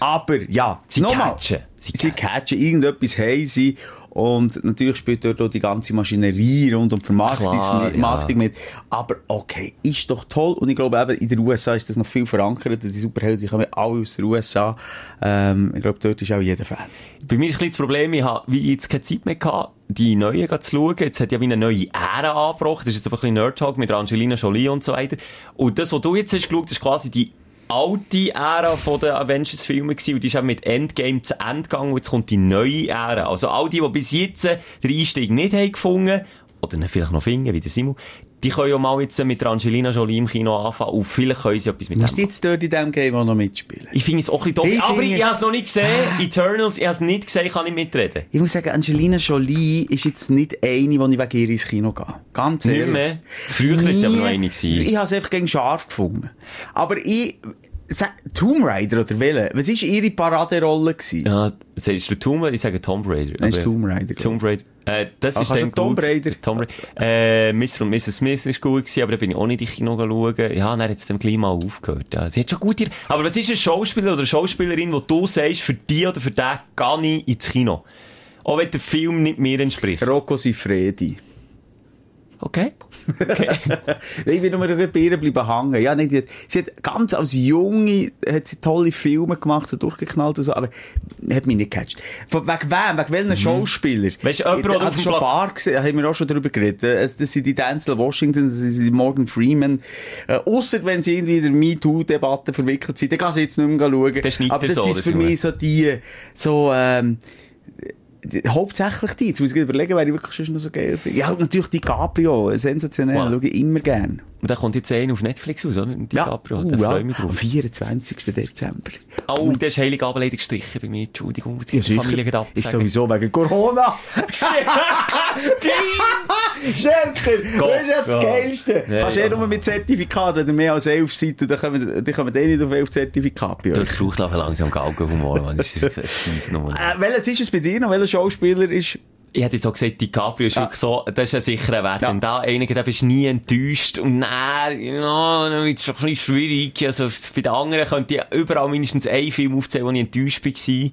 Speaker 4: aber-
Speaker 5: Aber, ja.
Speaker 4: Sie
Speaker 5: Nochmal.
Speaker 4: catchen. Sie
Speaker 5: Sie catchen irgendetwas haben sie. Und natürlich spielt dort auch die ganze Maschinerie rund um Vermarktung,
Speaker 4: Klar, ja.
Speaker 5: Marketing mit. Aber okay, ist doch toll. Und ich glaube eben, in den USA ist das noch viel verankert. Die Superhelden die kommen alle aus den USA. Ähm, ich glaube, dort ist auch jeder Fan.
Speaker 4: Bei mir ist ein bisschen das Problem, ich habe wie jetzt keine Zeit mehr gehabt, die neuen zu schauen. Jetzt hat ja wie eine neue Ära angebrochen. Das ist jetzt aber ein bisschen Nerd-Talk mit Angelina Jolie und so weiter. Und das, was du jetzt hast geschaut, ist quasi die alte Ära von den Avengers-Filmen gewesen. Und die ist eben mit Endgame zu Ende gegangen. Und jetzt kommt die neue Ära. Also all die, die bis jetzt äh, den Einstieg nicht haben gefunden, oder ihn vielleicht noch finden, wie der Simon, die können ja mal jetzt äh, mit der Angelina Jolie im Kino anfangen. Und vielleicht können sie etwas mit dem
Speaker 5: Musst du jetzt dort in diesem Game auch noch mitspielen?
Speaker 4: ich finde es auch ein bisschen doof.
Speaker 5: Ich
Speaker 4: aber
Speaker 5: finde-
Speaker 4: ich habe es noch nicht gesehen. Eternals, ich habe es nicht gesehen, kann ich mitreden.
Speaker 5: Ich muss sagen, Angelina Jolie ist jetzt nicht eine, wo ich wegen ihr ins Kino gehe. Ganz
Speaker 4: Nicht
Speaker 5: ehrlich.
Speaker 4: mehr? Früher war sie aber noch eine gewesen.
Speaker 5: Ich habe es einfach gegen scharf gefunden. Aber ich... Sag, Tomb Raider oder Wille, was war ihre Paraderolle? gewesen?
Speaker 4: Ja, sagst du Tomb Raider? Ich sage Tomb Raider.
Speaker 5: Nein, es ist
Speaker 4: Aber-
Speaker 5: Tomb Raider, glaub ich.
Speaker 4: Tomb Raider. Äh, das
Speaker 5: Ah,
Speaker 4: ist
Speaker 5: kannst
Speaker 4: dann
Speaker 5: du Tomb
Speaker 4: gut.
Speaker 5: Raider?
Speaker 4: Tomb Raider. Äh, Mr. und Mrs. Smith ist gut gewesen, aber da bin ich auch nicht in die Kino schauen. Ja, dann hat es dem gleich mal aufgehört. Ja, sie hat schon gut ihr... Aber was ist ein Schauspieler oder eine Schauspielerin, wo du sagst, für die oder für den gehe ich ins Kino? Auch wenn der Film nicht mir entspricht.
Speaker 5: Rocco Sifredi.
Speaker 4: okay.
Speaker 5: Ich bin nur bei ihr bleiben hängen. Ja, nicht, die- sie hat ganz als Junge hat sie tolle Filme gemacht, so durchgeknallt und so, aber hat mich nicht gecatcht. Von, wegen wem? Wegen welchen Schauspieler?
Speaker 4: Mhm. Weißt du, jemand, der auf dem
Speaker 5: schon ein
Speaker 4: Plakat-
Speaker 5: paar gesehen, haben wir auch schon drüber geredet. Äh, Das sind die Denzel Washington, das sind die Morgan Freeman. Äh, Ausser wenn sie irgendwie in der MeToo-Debatte verwickelt sind, dann kann sie jetzt nicht mehr schauen.
Speaker 4: Der Schneider
Speaker 5: aber das
Speaker 4: so,
Speaker 5: ist
Speaker 4: das
Speaker 5: für
Speaker 4: sind wir.
Speaker 5: mich so die, so, ähm, die- Hauptsächlich die. Jetzt muss ich überlegen, wer ich wirklich schon noch so geil finde. Ja, halt natürlich DiCaprio. Sensationell.
Speaker 4: Wow.
Speaker 5: Schaue ich immer gern.
Speaker 4: Und dann kommt jetzt einer auf Netflix raus, oder? Mit DiCaprio.
Speaker 5: Uh,
Speaker 4: da
Speaker 5: ja.
Speaker 4: freue ich mich
Speaker 5: Am
Speaker 4: drauf.
Speaker 5: 24. Dezember.
Speaker 4: Oh, der ist Heiligabend leider gestrichen bei mir. Entschuldigung. Die Familie geht ab.
Speaker 5: Ist sowieso wegen Corona. Schenker, das ist ja das
Speaker 4: ja.
Speaker 5: Geilste.
Speaker 4: Ja,
Speaker 5: Kannst
Speaker 4: ja.
Speaker 5: eh nur mit Zertifikat, wenn ihr mehr als 11 seid, dann kommen, dann kommen die nicht auf 11 Zertifikat bei euch.
Speaker 4: Das braucht einfach langsam Galgenhumor, man. Das ist eine Scheissnummer.
Speaker 5: Äh, welches ist es bei dir noch? Welcher Schauspieler ist...
Speaker 4: ich hätte jetzt auch gesagt, DiCaprio ist wirklich so, das ist ein sicherer Wert.
Speaker 5: Ja.
Speaker 4: Wenn da einer, da bist du nie enttäuscht und nein, ja, dann wird's schon ein bisschen schwierig. Also, bei den anderen könnte ich überall mindestens einen Film aufzählen, wo ich enttäuscht war.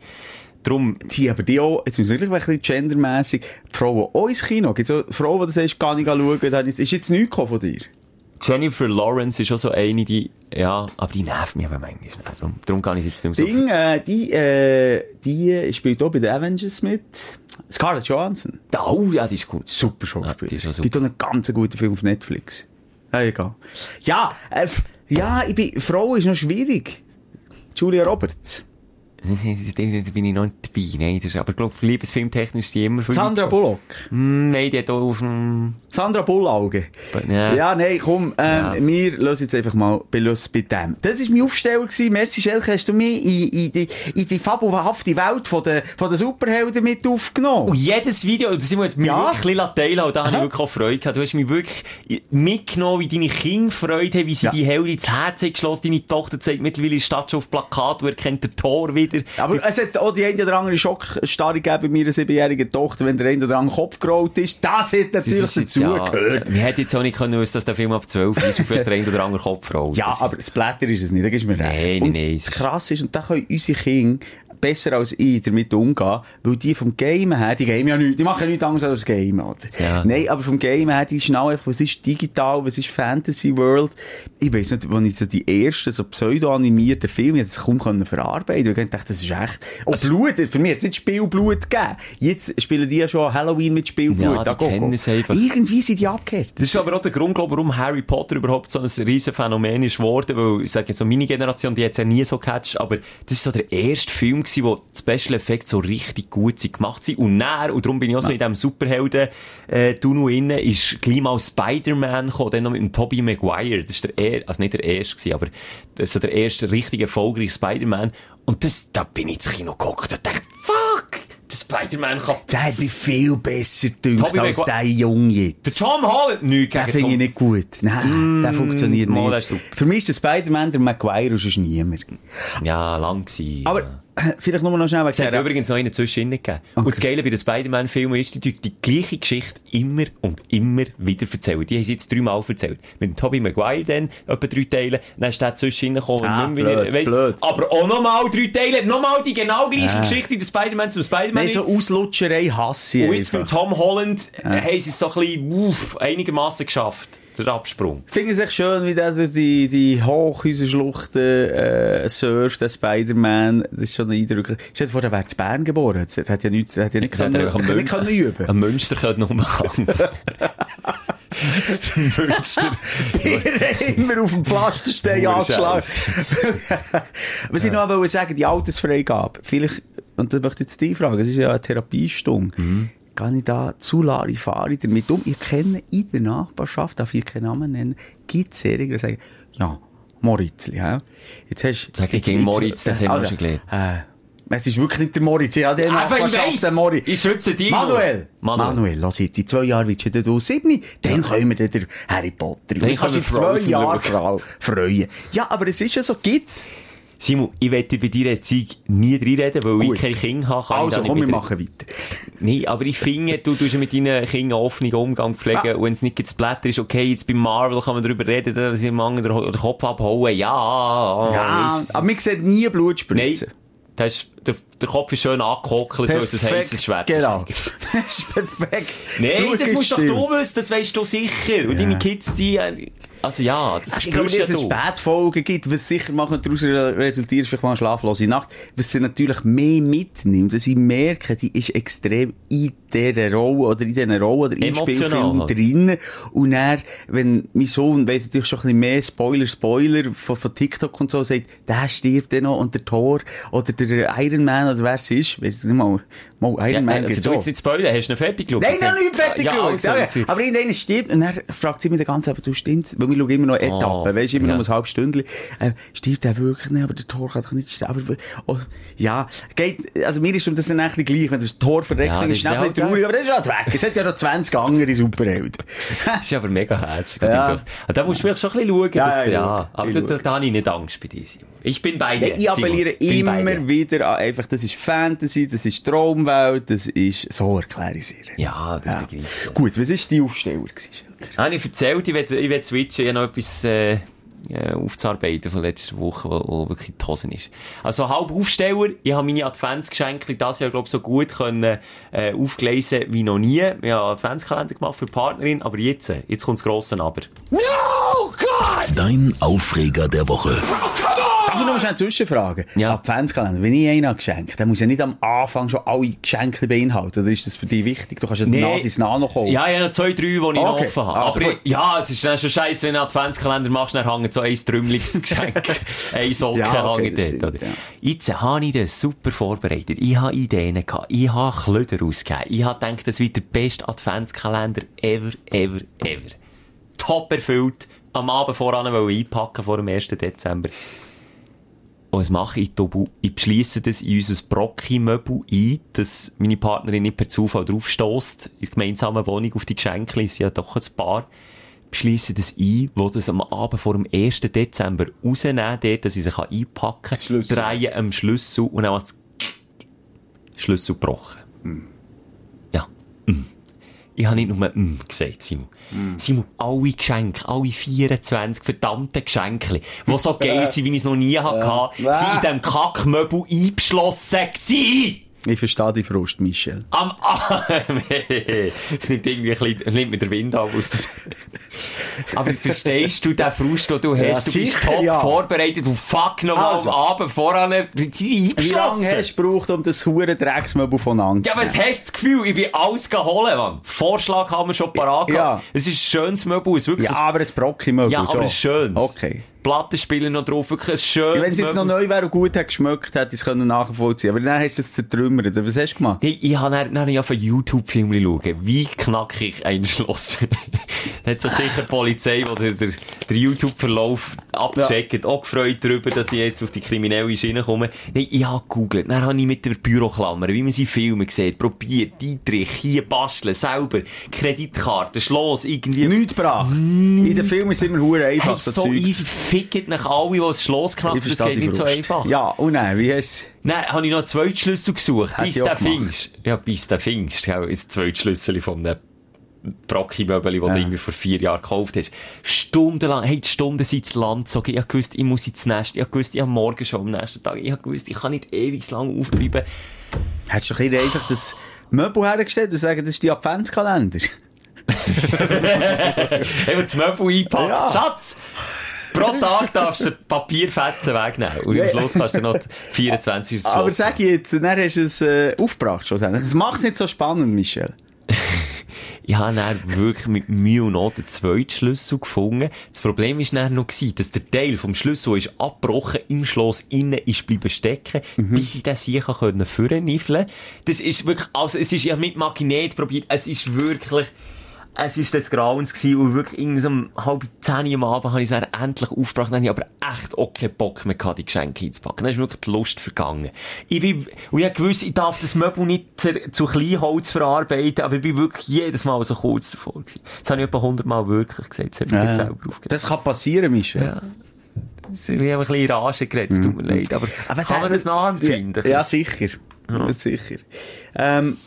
Speaker 4: Drum,
Speaker 5: Zieh aber die auch, jetzt muss ich wirklich ein bisschen gendermässig, die Frauen auch ins Kino. Gibt es Frauen, die du sagst, kann ich schauen, da ist ist jetzt nichts gekommen von dir?
Speaker 4: Jennifer Lawrence ist schon so eine, die, ja, aber die nervt mich aber manchmal. nicht. Also, Drum, drum kann ich jetzt nicht mehr so.
Speaker 5: Ding, äh, die, äh, die spielt auch bei den Avengers mit. Scarlett Johansson.
Speaker 4: Da, oh, ja, die ist gut.
Speaker 5: Super
Speaker 4: Ja,
Speaker 5: Schauspiel.
Speaker 4: die ist auch super.
Speaker 5: Gibt auch einen ganz guten Film auf Netflix. Ja, egal. Ja, äh, f- ja, ich bin, Frau ist noch schwierig. Julia Roberts.
Speaker 4: Da bin ich noch nicht dabei. Nein, das ist, aber ich glaube, liebesfilmtechnisch ist die immer für
Speaker 5: Sandra Bullock.
Speaker 4: Hm, Nein, die hat auch auf dem,
Speaker 5: Sandra Bullauge.
Speaker 4: Ja.
Speaker 5: Ja, nein, komm, ähm,
Speaker 4: Ja.
Speaker 5: wir lassen jetzt einfach mal Belust bei dem. Das war mein Aufsteller. Gewesen. Merci, Schelke, hast du mich in, in, die, in die fabelhafte Welt von der, von der Superhelden mit aufgenommen.
Speaker 4: Und jedes Video, und Simon hat mich
Speaker 5: Ja.
Speaker 4: wirklich ein bisschen teilhaben, da habe ich wirklich auch Freude gehabt. Du hast mich wirklich mitgenommen, wie deine Kinder Freude haben, wie sie
Speaker 5: Ja.
Speaker 4: die Helden ins Herz haben geschlossen. Deine Tochter zeigt mittlerweile die Stadt schon auf Plakat, wo erkennt der Tor wieder.
Speaker 5: Aber äh, es hat auch die eine oder andere Schockstarre gegeben bei meiner siebenjährigen Tochter, wenn der eine oder andere Kopf gerollt ist. Das hat natürlich dazugehört.
Speaker 4: Ja, äh, wir hätten jetzt auch nicht können wissen, dass der Film ab 12 ist, auf vielleicht der ein oder andere Kopf rollt.
Speaker 5: Ja,
Speaker 4: Das ist-
Speaker 5: aber das Blätter ist es nicht, da gibst du mir
Speaker 4: Nein,
Speaker 5: recht. und
Speaker 4: nein, es
Speaker 5: Das
Speaker 4: ist-
Speaker 5: Krasse ist, und da können unsere Kinder besser als ich damit umgehen, weil die vom Game her, die Game ja nichts, die machen ja nichts anderes als Game, oder?
Speaker 4: Ja.
Speaker 5: Nein, aber vom Game her, die schnell einfach, was ist digital, was ist Fantasy World. Ich weiss nicht, wenn ich so die ersten so pseudo-animierten Filme, ich hätte das kaum können verarbeiten können, weil ich dachte, das ist echt, und Blut, für mich hat es nicht Spielblut gegeben. Jetzt spielen die ja schon Halloween mit Spielblut.
Speaker 4: Ja, die
Speaker 5: Ah, guck,
Speaker 4: kennen
Speaker 5: guck.
Speaker 4: es einfach.
Speaker 5: Irgendwie sind die abgekehrt.
Speaker 4: Das ist aber auch der Grund, glaube ich, warum Harry Potter überhaupt so ein riesen Phänomen ist geworden, weil, ich sage jetzt so, meine Generation, die hat es ja nie so gecatcht, aber das ist so der erste Film gewesen, wo die Special Effects so richtig gut sind, gemacht sind und näher, und darum bin ich auch so in diesem Superhelden-Tunnel innen, ist gleich mal Spider-Man gekommen, dann noch mit dem Tobey Maguire, das ist der er also nicht der erste gewesen, aber das ist so der erste richtig erfolgreiche Spider-Man, und das, da bin ich ins Kino geguckt und dachte, fuck, der Spider-Man kann...
Speaker 5: Der hat mich viel besser gedünkt
Speaker 4: Tobi
Speaker 5: als
Speaker 4: Maguire-
Speaker 5: der Junge jetzt.
Speaker 4: Der Tom Holland, nichts
Speaker 5: Den
Speaker 4: gegen
Speaker 5: finde
Speaker 4: Tom-
Speaker 5: ich nicht gut. Nein, der funktioniert
Speaker 4: mal,
Speaker 5: nicht.
Speaker 4: der ist super.
Speaker 5: Für mich ist der Spider-Man der Maguire und sonst niemand.
Speaker 4: Ja, lang gewesen.
Speaker 5: Aber
Speaker 4: ja.
Speaker 5: vielleicht nur noch schnell
Speaker 4: Es hat
Speaker 5: wegen der...
Speaker 4: übrigens noch einen zwischendrin gegeben. Und das Geile bei den Spider-Man-Filmen ist, die tun die gleiche Geschichte immer und immer wieder erzählen. Die haben sie jetzt dreimal erzählt. Mit dem Tobey Maguire dann, etwa drei Teile, dann ist der zwischendrin gekommen.
Speaker 5: Ah,
Speaker 4: und nicht mehr
Speaker 5: blöd, blöd. Ah.
Speaker 4: Aber auch nochmal drei Teile, nochmal die genau gleiche Geschichte wie der Spider-Man zum Spider-Man.
Speaker 5: Nein, so Auslutscherei hasse ich
Speaker 4: und jetzt für
Speaker 5: einfach.
Speaker 4: Tom Holland äh, haben sie es so ein bisschen, uff, einigermaßen geschafft. Der Absprung.
Speaker 5: Finde ich echt schön, wie der durch die, die Hochhäuserschluchten äh, surft, der Spider-Man. Das ist schon ein Eindruck. Stell dir vor, der wäre in Bern geboren. Das hat ja nicht, hat ja nicht, können,
Speaker 4: Ja,
Speaker 5: hat ja nicht können üben.
Speaker 4: Ein Münster könnte noch machen. Münster.
Speaker 5: Bier immer auf dem Pflasterstein
Speaker 4: Pure
Speaker 5: angeschlagen.
Speaker 4: Scheiss.
Speaker 5: Was ich noch wollte sagen, die Altersfreigabe. Vielleicht, und das möchte ich jetzt dich fragen, es ist ja eine Therapiestunde. Kann ich da zu Larifari damit um? Ich kenne in der Nachbarschaft, darf ich keinen Namen nennen, gibt es Serien, die sagen, ja, Moritzli, hä? Jetzt hast
Speaker 4: Sag nicht gegen Moritz,
Speaker 5: Eh,
Speaker 4: das haben wir schon gelernt.
Speaker 5: Äh, es ist wirklich nicht der Moritz, ich habe den
Speaker 4: Aber ich
Speaker 5: Nachbarschaft,
Speaker 4: weiss,
Speaker 5: den Moritz.
Speaker 4: ich schütze dich noch.
Speaker 5: Manuel!
Speaker 4: Manuel.
Speaker 5: Manuel, lass jetzt, in zwei Jahren willst du du sieben, dann können wir dann den Harry Potter.
Speaker 4: Dann
Speaker 5: Das kannst du in
Speaker 4: können wir
Speaker 5: zwei
Speaker 4: Frozen
Speaker 5: Jahren
Speaker 4: schauen.
Speaker 5: frau- freuen. Ja, aber es ist ja so, gibt's.
Speaker 4: Simon, ich werde bei deiner Erziehung nie reinreden, weil
Speaker 5: Gut.
Speaker 4: ich kein Kind habe. Kann ich da
Speaker 5: Also,
Speaker 4: nicht
Speaker 5: komm, wir
Speaker 4: mitreden.
Speaker 5: machen weiter.
Speaker 4: Nein, aber ich finde, du tust ja mit deinen Kindern einen offenen Umgang pflegen.
Speaker 5: Ja.
Speaker 4: Und wenn es nicht das Blätter ist, okay, jetzt bei Marvel kann man darüber reden, dass sie dem anderen den Ho- den Kopf abhauen. Ja,
Speaker 5: Ja,
Speaker 4: weiss.
Speaker 5: aber wir sehen nie
Speaker 4: Oh, Nein,
Speaker 5: Blutspritzen.
Speaker 4: Da hast- der, der Kopf ist schön angekockelt, weil es ein heißes Schwert
Speaker 5: Genau.
Speaker 4: ist.
Speaker 5: das ist perfekt.
Speaker 4: Nein,
Speaker 5: Blut
Speaker 4: das musst doch du
Speaker 5: gestillt.
Speaker 4: wissen, das weisst du sicher. Und
Speaker 5: Ja.
Speaker 4: deine Kids, die... äh, Also ja, das
Speaker 5: Also ich glaube,
Speaker 4: spürst ja
Speaker 5: dass es
Speaker 4: du.
Speaker 5: Spätfolgen gibt, was sicher machen daraus re- resultiert, ist vielleicht mal eine schlaflose Nacht, was sie natürlich mehr mitnimmt, dass sie merken, Dus die ist extrem in dieser Rolle oder in dieser Rolle oder im
Speaker 4: Emotional
Speaker 5: Spielfilm
Speaker 4: halt.
Speaker 5: drin. Und er, wenn mein Sohn, weiss natürlich schon ein bisschen mehr Spoiler, Spoiler von, von TikTok und so, sagt, der stirbt dann noch und der Thor oder der Iron Man oder wer es ist, weiss ich nicht mal, mal Iron
Speaker 4: Ja,
Speaker 5: Man
Speaker 4: nein,
Speaker 5: gibt's
Speaker 4: also du
Speaker 5: auch.
Speaker 4: jetzt nicht spoilern, hast du ihn fertig geschaut?
Speaker 5: Nein,
Speaker 4: Jetzt
Speaker 5: noch
Speaker 4: hat-
Speaker 5: nicht fertig
Speaker 4: ja,
Speaker 5: geschaut.
Speaker 4: also,
Speaker 5: ja,
Speaker 4: also-
Speaker 5: aber irgendwann stimmt. Und dann fragt sie mich den ganzen, aber du stimmt. Weil wir schauen immer noch Etappen. Weisst du, immer
Speaker 4: Oh, ja.
Speaker 5: noch ein halbes Stündchen. Äh, stimmt der wirklich nicht, aber der Tor kann doch nicht sterben. Aber, oh, ja, geht, also mir ist um das dann eigentlich gleich. Wenn das Tor verreckt,
Speaker 4: Ja, das
Speaker 5: dann ist
Speaker 4: ist
Speaker 5: schnell ein
Speaker 4: halt
Speaker 5: bisschen traurig. Aber das ist halt weg. Es hat ja noch 20 andere Superhelden.
Speaker 4: Das ist aber mega herzig.
Speaker 5: Ja.
Speaker 4: Also, da musst du vielleicht schon ein bisschen schauen.
Speaker 5: Ja,
Speaker 4: dass, ja,
Speaker 5: ja, ja.
Speaker 4: Aber
Speaker 5: Ich
Speaker 4: da,
Speaker 5: schau.
Speaker 4: da, da habe ich nicht Angst bei dir. Simon. Ich bin bei dir.
Speaker 5: Nein, ich appelliere
Speaker 4: Simon. Bin bei
Speaker 5: immer
Speaker 4: dir.
Speaker 5: wieder an einfach, das ist Fantasy, das ist Traumwelt, das ist, so erkläre ich es ihr.
Speaker 4: Ja, das begreife ich.
Speaker 5: Gut, was war die Aufsteller? gewesen, Schilder?
Speaker 4: Ah, ich erzählt, ich will, ich will switchen, ich habe noch etwas äh, äh, aufzuarbeiten von letzter Woche, wo, wo wirklich die Hosen ist. Also halb Aufsteller, ich habe meine Adventsgeschenke das Jahr, glaube ich, so gut können, äh, aufgelesen wie noch nie. Ich habe einen Adventskalender gemacht für die Partnerin, aber jetzt, äh, jetzt kommt das grosse Aber.
Speaker 3: Dein Aufreger der Woche.
Speaker 5: Darf ich noch mal schnell zwischenfragen?
Speaker 4: Ja.
Speaker 5: Adventskalender, wenn ich einen habe geschenkt, dann muss ja nicht am Anfang schon alle Geschenke beinhalten. Oder ist das für dich dus wichtig? Du kannst ja nee. Nazis noch kaufen.
Speaker 4: Ja, ich habe noch zwei, drei, die ich noch
Speaker 5: Ah, Okay.
Speaker 4: offen habe.
Speaker 5: Also
Speaker 4: aber
Speaker 5: gut.
Speaker 4: ich, ja, es ist dann schon scheiße, wenn du einen Adventskalender machst, dann hängt so ein trümmeliges Geschenk, ein Socken
Speaker 5: Ja, okay, das
Speaker 4: hängt dort.
Speaker 5: stimmt,
Speaker 4: Oder?
Speaker 5: ja.
Speaker 4: Jetzt habe ich das super vorbereitet. Ich habe Ideen gehabt. Ich habe Klöder ausgegeben. Ich habe gedacht, das wird der beste Adventskalender ever, ever, ever. Top erfüllt. Am Abend voran wollte ich einpacken, vor dem 1. Dezember. Und was mache ich? Tobu? Ich beschliesse das in unser Brocki-Möbel ein, dass meine Partnerin nicht per Zufall draufstösst. In der gemeinsamen Wohnung auf die Geschenke, sie hat doch ein paar. Beschliesse das ein, wo das am Abend vor dem 1. Dezember rausnehmen, dort, dass ich sie kann einpacken kann.
Speaker 5: Schlüssel.
Speaker 4: Drehe am Schlüssel und dann macht's Schlüssel gebrochen. Ja. Mm. Ich habe nicht nur mm gesagt, Simon.
Speaker 5: Mm.
Speaker 4: Simon, alle Geschenke, alle 24 verdammten Geschenke, die so geil sind, wie ich es noch nie hatte, sind in diesem Kackmöbel eingeschlossen gewesen.
Speaker 5: Ich verstehe die Frust, Michel.
Speaker 4: Am A- Es nimmt irgendwie ein bisschen, nimmt mir der Wind ab. aus das- Aber verstehst du den Frust, den du hast?
Speaker 5: Ja,
Speaker 4: du bist
Speaker 5: sicher,
Speaker 4: top
Speaker 5: ja.
Speaker 4: vorbereitet und fuck nochmal
Speaker 5: Also.
Speaker 4: am Abend voran, die sind
Speaker 5: Wie
Speaker 4: eingeschlossen.
Speaker 5: lange hast du gebraucht, um das hure Drecksmöbel von Angst
Speaker 4: Ja, aber jetzt hast du das Gefühl, ich bin alles geholt, Mann. Vorschlag haben wir schon parat gehabt.
Speaker 5: Ja.
Speaker 4: Es ist ein schönes Möbel, es ist wirklich
Speaker 5: ja, aber ein
Speaker 4: ein,
Speaker 5: Brockimöbel.
Speaker 4: ja, aber
Speaker 5: so.
Speaker 4: ein schönes.
Speaker 5: Okay.
Speaker 4: Plattenspieler noch drauf, wirklich ein
Speaker 5: Wenn
Speaker 4: schönes
Speaker 5: es jetzt noch
Speaker 4: Möbel.
Speaker 5: neu wäre und gut hätte geschmeckt, hätte ich es können nachvollziehen Aber dann hast du es zertrümmert. Oder Was hast du gemacht?
Speaker 4: Nee, ich habe dann, dann hab ich auf einen YouTube-Film schauen, wie knackig ein Schloss. da hat so sicher die Polizei, die der, der, der YouTube-Verlauf abcheckt, auch gefreut darüber, dass ich jetzt auf die kriminelle Schiene komme. Nein, ich habe gegoogelt, dann habe ich mit der Büroklammer, wie man sie in Filmen sieht, probiert, Dietrich, hier basteln, selber, Kreditkarte, Schloss, irgendwie...
Speaker 5: Nichts gebracht. In den Filmen ist es immer hure einfach,
Speaker 4: Mm. Hey,
Speaker 5: so,
Speaker 4: so,
Speaker 5: Zeug.
Speaker 4: easy, fickt nach alle, die das Schloss knacken,
Speaker 5: Ich
Speaker 4: das
Speaker 5: verstehe
Speaker 4: geht
Speaker 5: die
Speaker 4: nicht
Speaker 5: Frust.
Speaker 4: so einfach.
Speaker 5: Ja, und dann, wie hast
Speaker 4: Nein, habe ich noch zwei Schlüssel gesucht.
Speaker 5: Hätte
Speaker 4: bis
Speaker 5: ich auch
Speaker 4: der
Speaker 5: gemacht.
Speaker 4: Pfingst. Ja, bis der Pfingst. Gell? Das zweite Schlüssel von einem Brocki-Möbel, das du irgendwie vor vier Jahren gekauft hast. Stundenlang, hey, die Stunden sind ins Land gezogen. Ich hab gewusst, ich muss ins Nest. Ich hab gewusst, ich habe morgen schon am nächsten Tag. Ich hab gewusst, ich kann nicht ewig lang aufbleiben.
Speaker 5: du, hast du ein bisschen einfach das Möbel hergestellt und sagen, das ist die Adventskalender?
Speaker 4: Eben das Möbel einpackt.
Speaker 5: Ja.
Speaker 4: Schatz! Pro Tag darfst du Papierfetzen wegnehmen. Und am
Speaker 5: Ja.
Speaker 4: Schluss kannst du noch die 24 Uhr
Speaker 5: Aber sag jetzt, dann hast du es äh, aufgebracht schlussendlich. Das macht es nicht so spannend, Michel.
Speaker 4: Ich habe dann wirklich mit Mühe und Not den zweiten Schlüssel gefunden. Das Problem war dann noch, gewesen, dass der Teil vom Schlüssel ist abgebrochen im Schloss innen ist bleiben stecken, bis ich den sicher können vorniffeln. Das ist wirklich, also es ist ja mit Magnet probiert, es ist wirklich, es ist des Grauens gewesen und wirklich irgendwie so um halb zehn am Abend habe ich es dann endlich aufgebracht, dann habe ich aber echt auch keinen Bock mehr gehabt, die Geschenke einzupacken. Dann ist mir wirklich die Lust vergangen. Ich bin, und ich gewusst, ich darf das Möbel nicht zu, zu Kleinholz verarbeiten, aber ich bin wirklich jedes Mal so kurz davor gewesen. Das habe ich etwa hundertmal wirklich gesagt, das habe ich jetzt selber aufgegeben.
Speaker 5: Das kann passieren, Michel.
Speaker 4: Das, wir haben ein bisschen in Rage geredet, es tut mir leid, aber,
Speaker 5: Mhm. Aber
Speaker 4: kann man
Speaker 5: sag-
Speaker 4: das nachempfinden?
Speaker 5: Ja, ja sicher. Ja. Sicher. Ähm,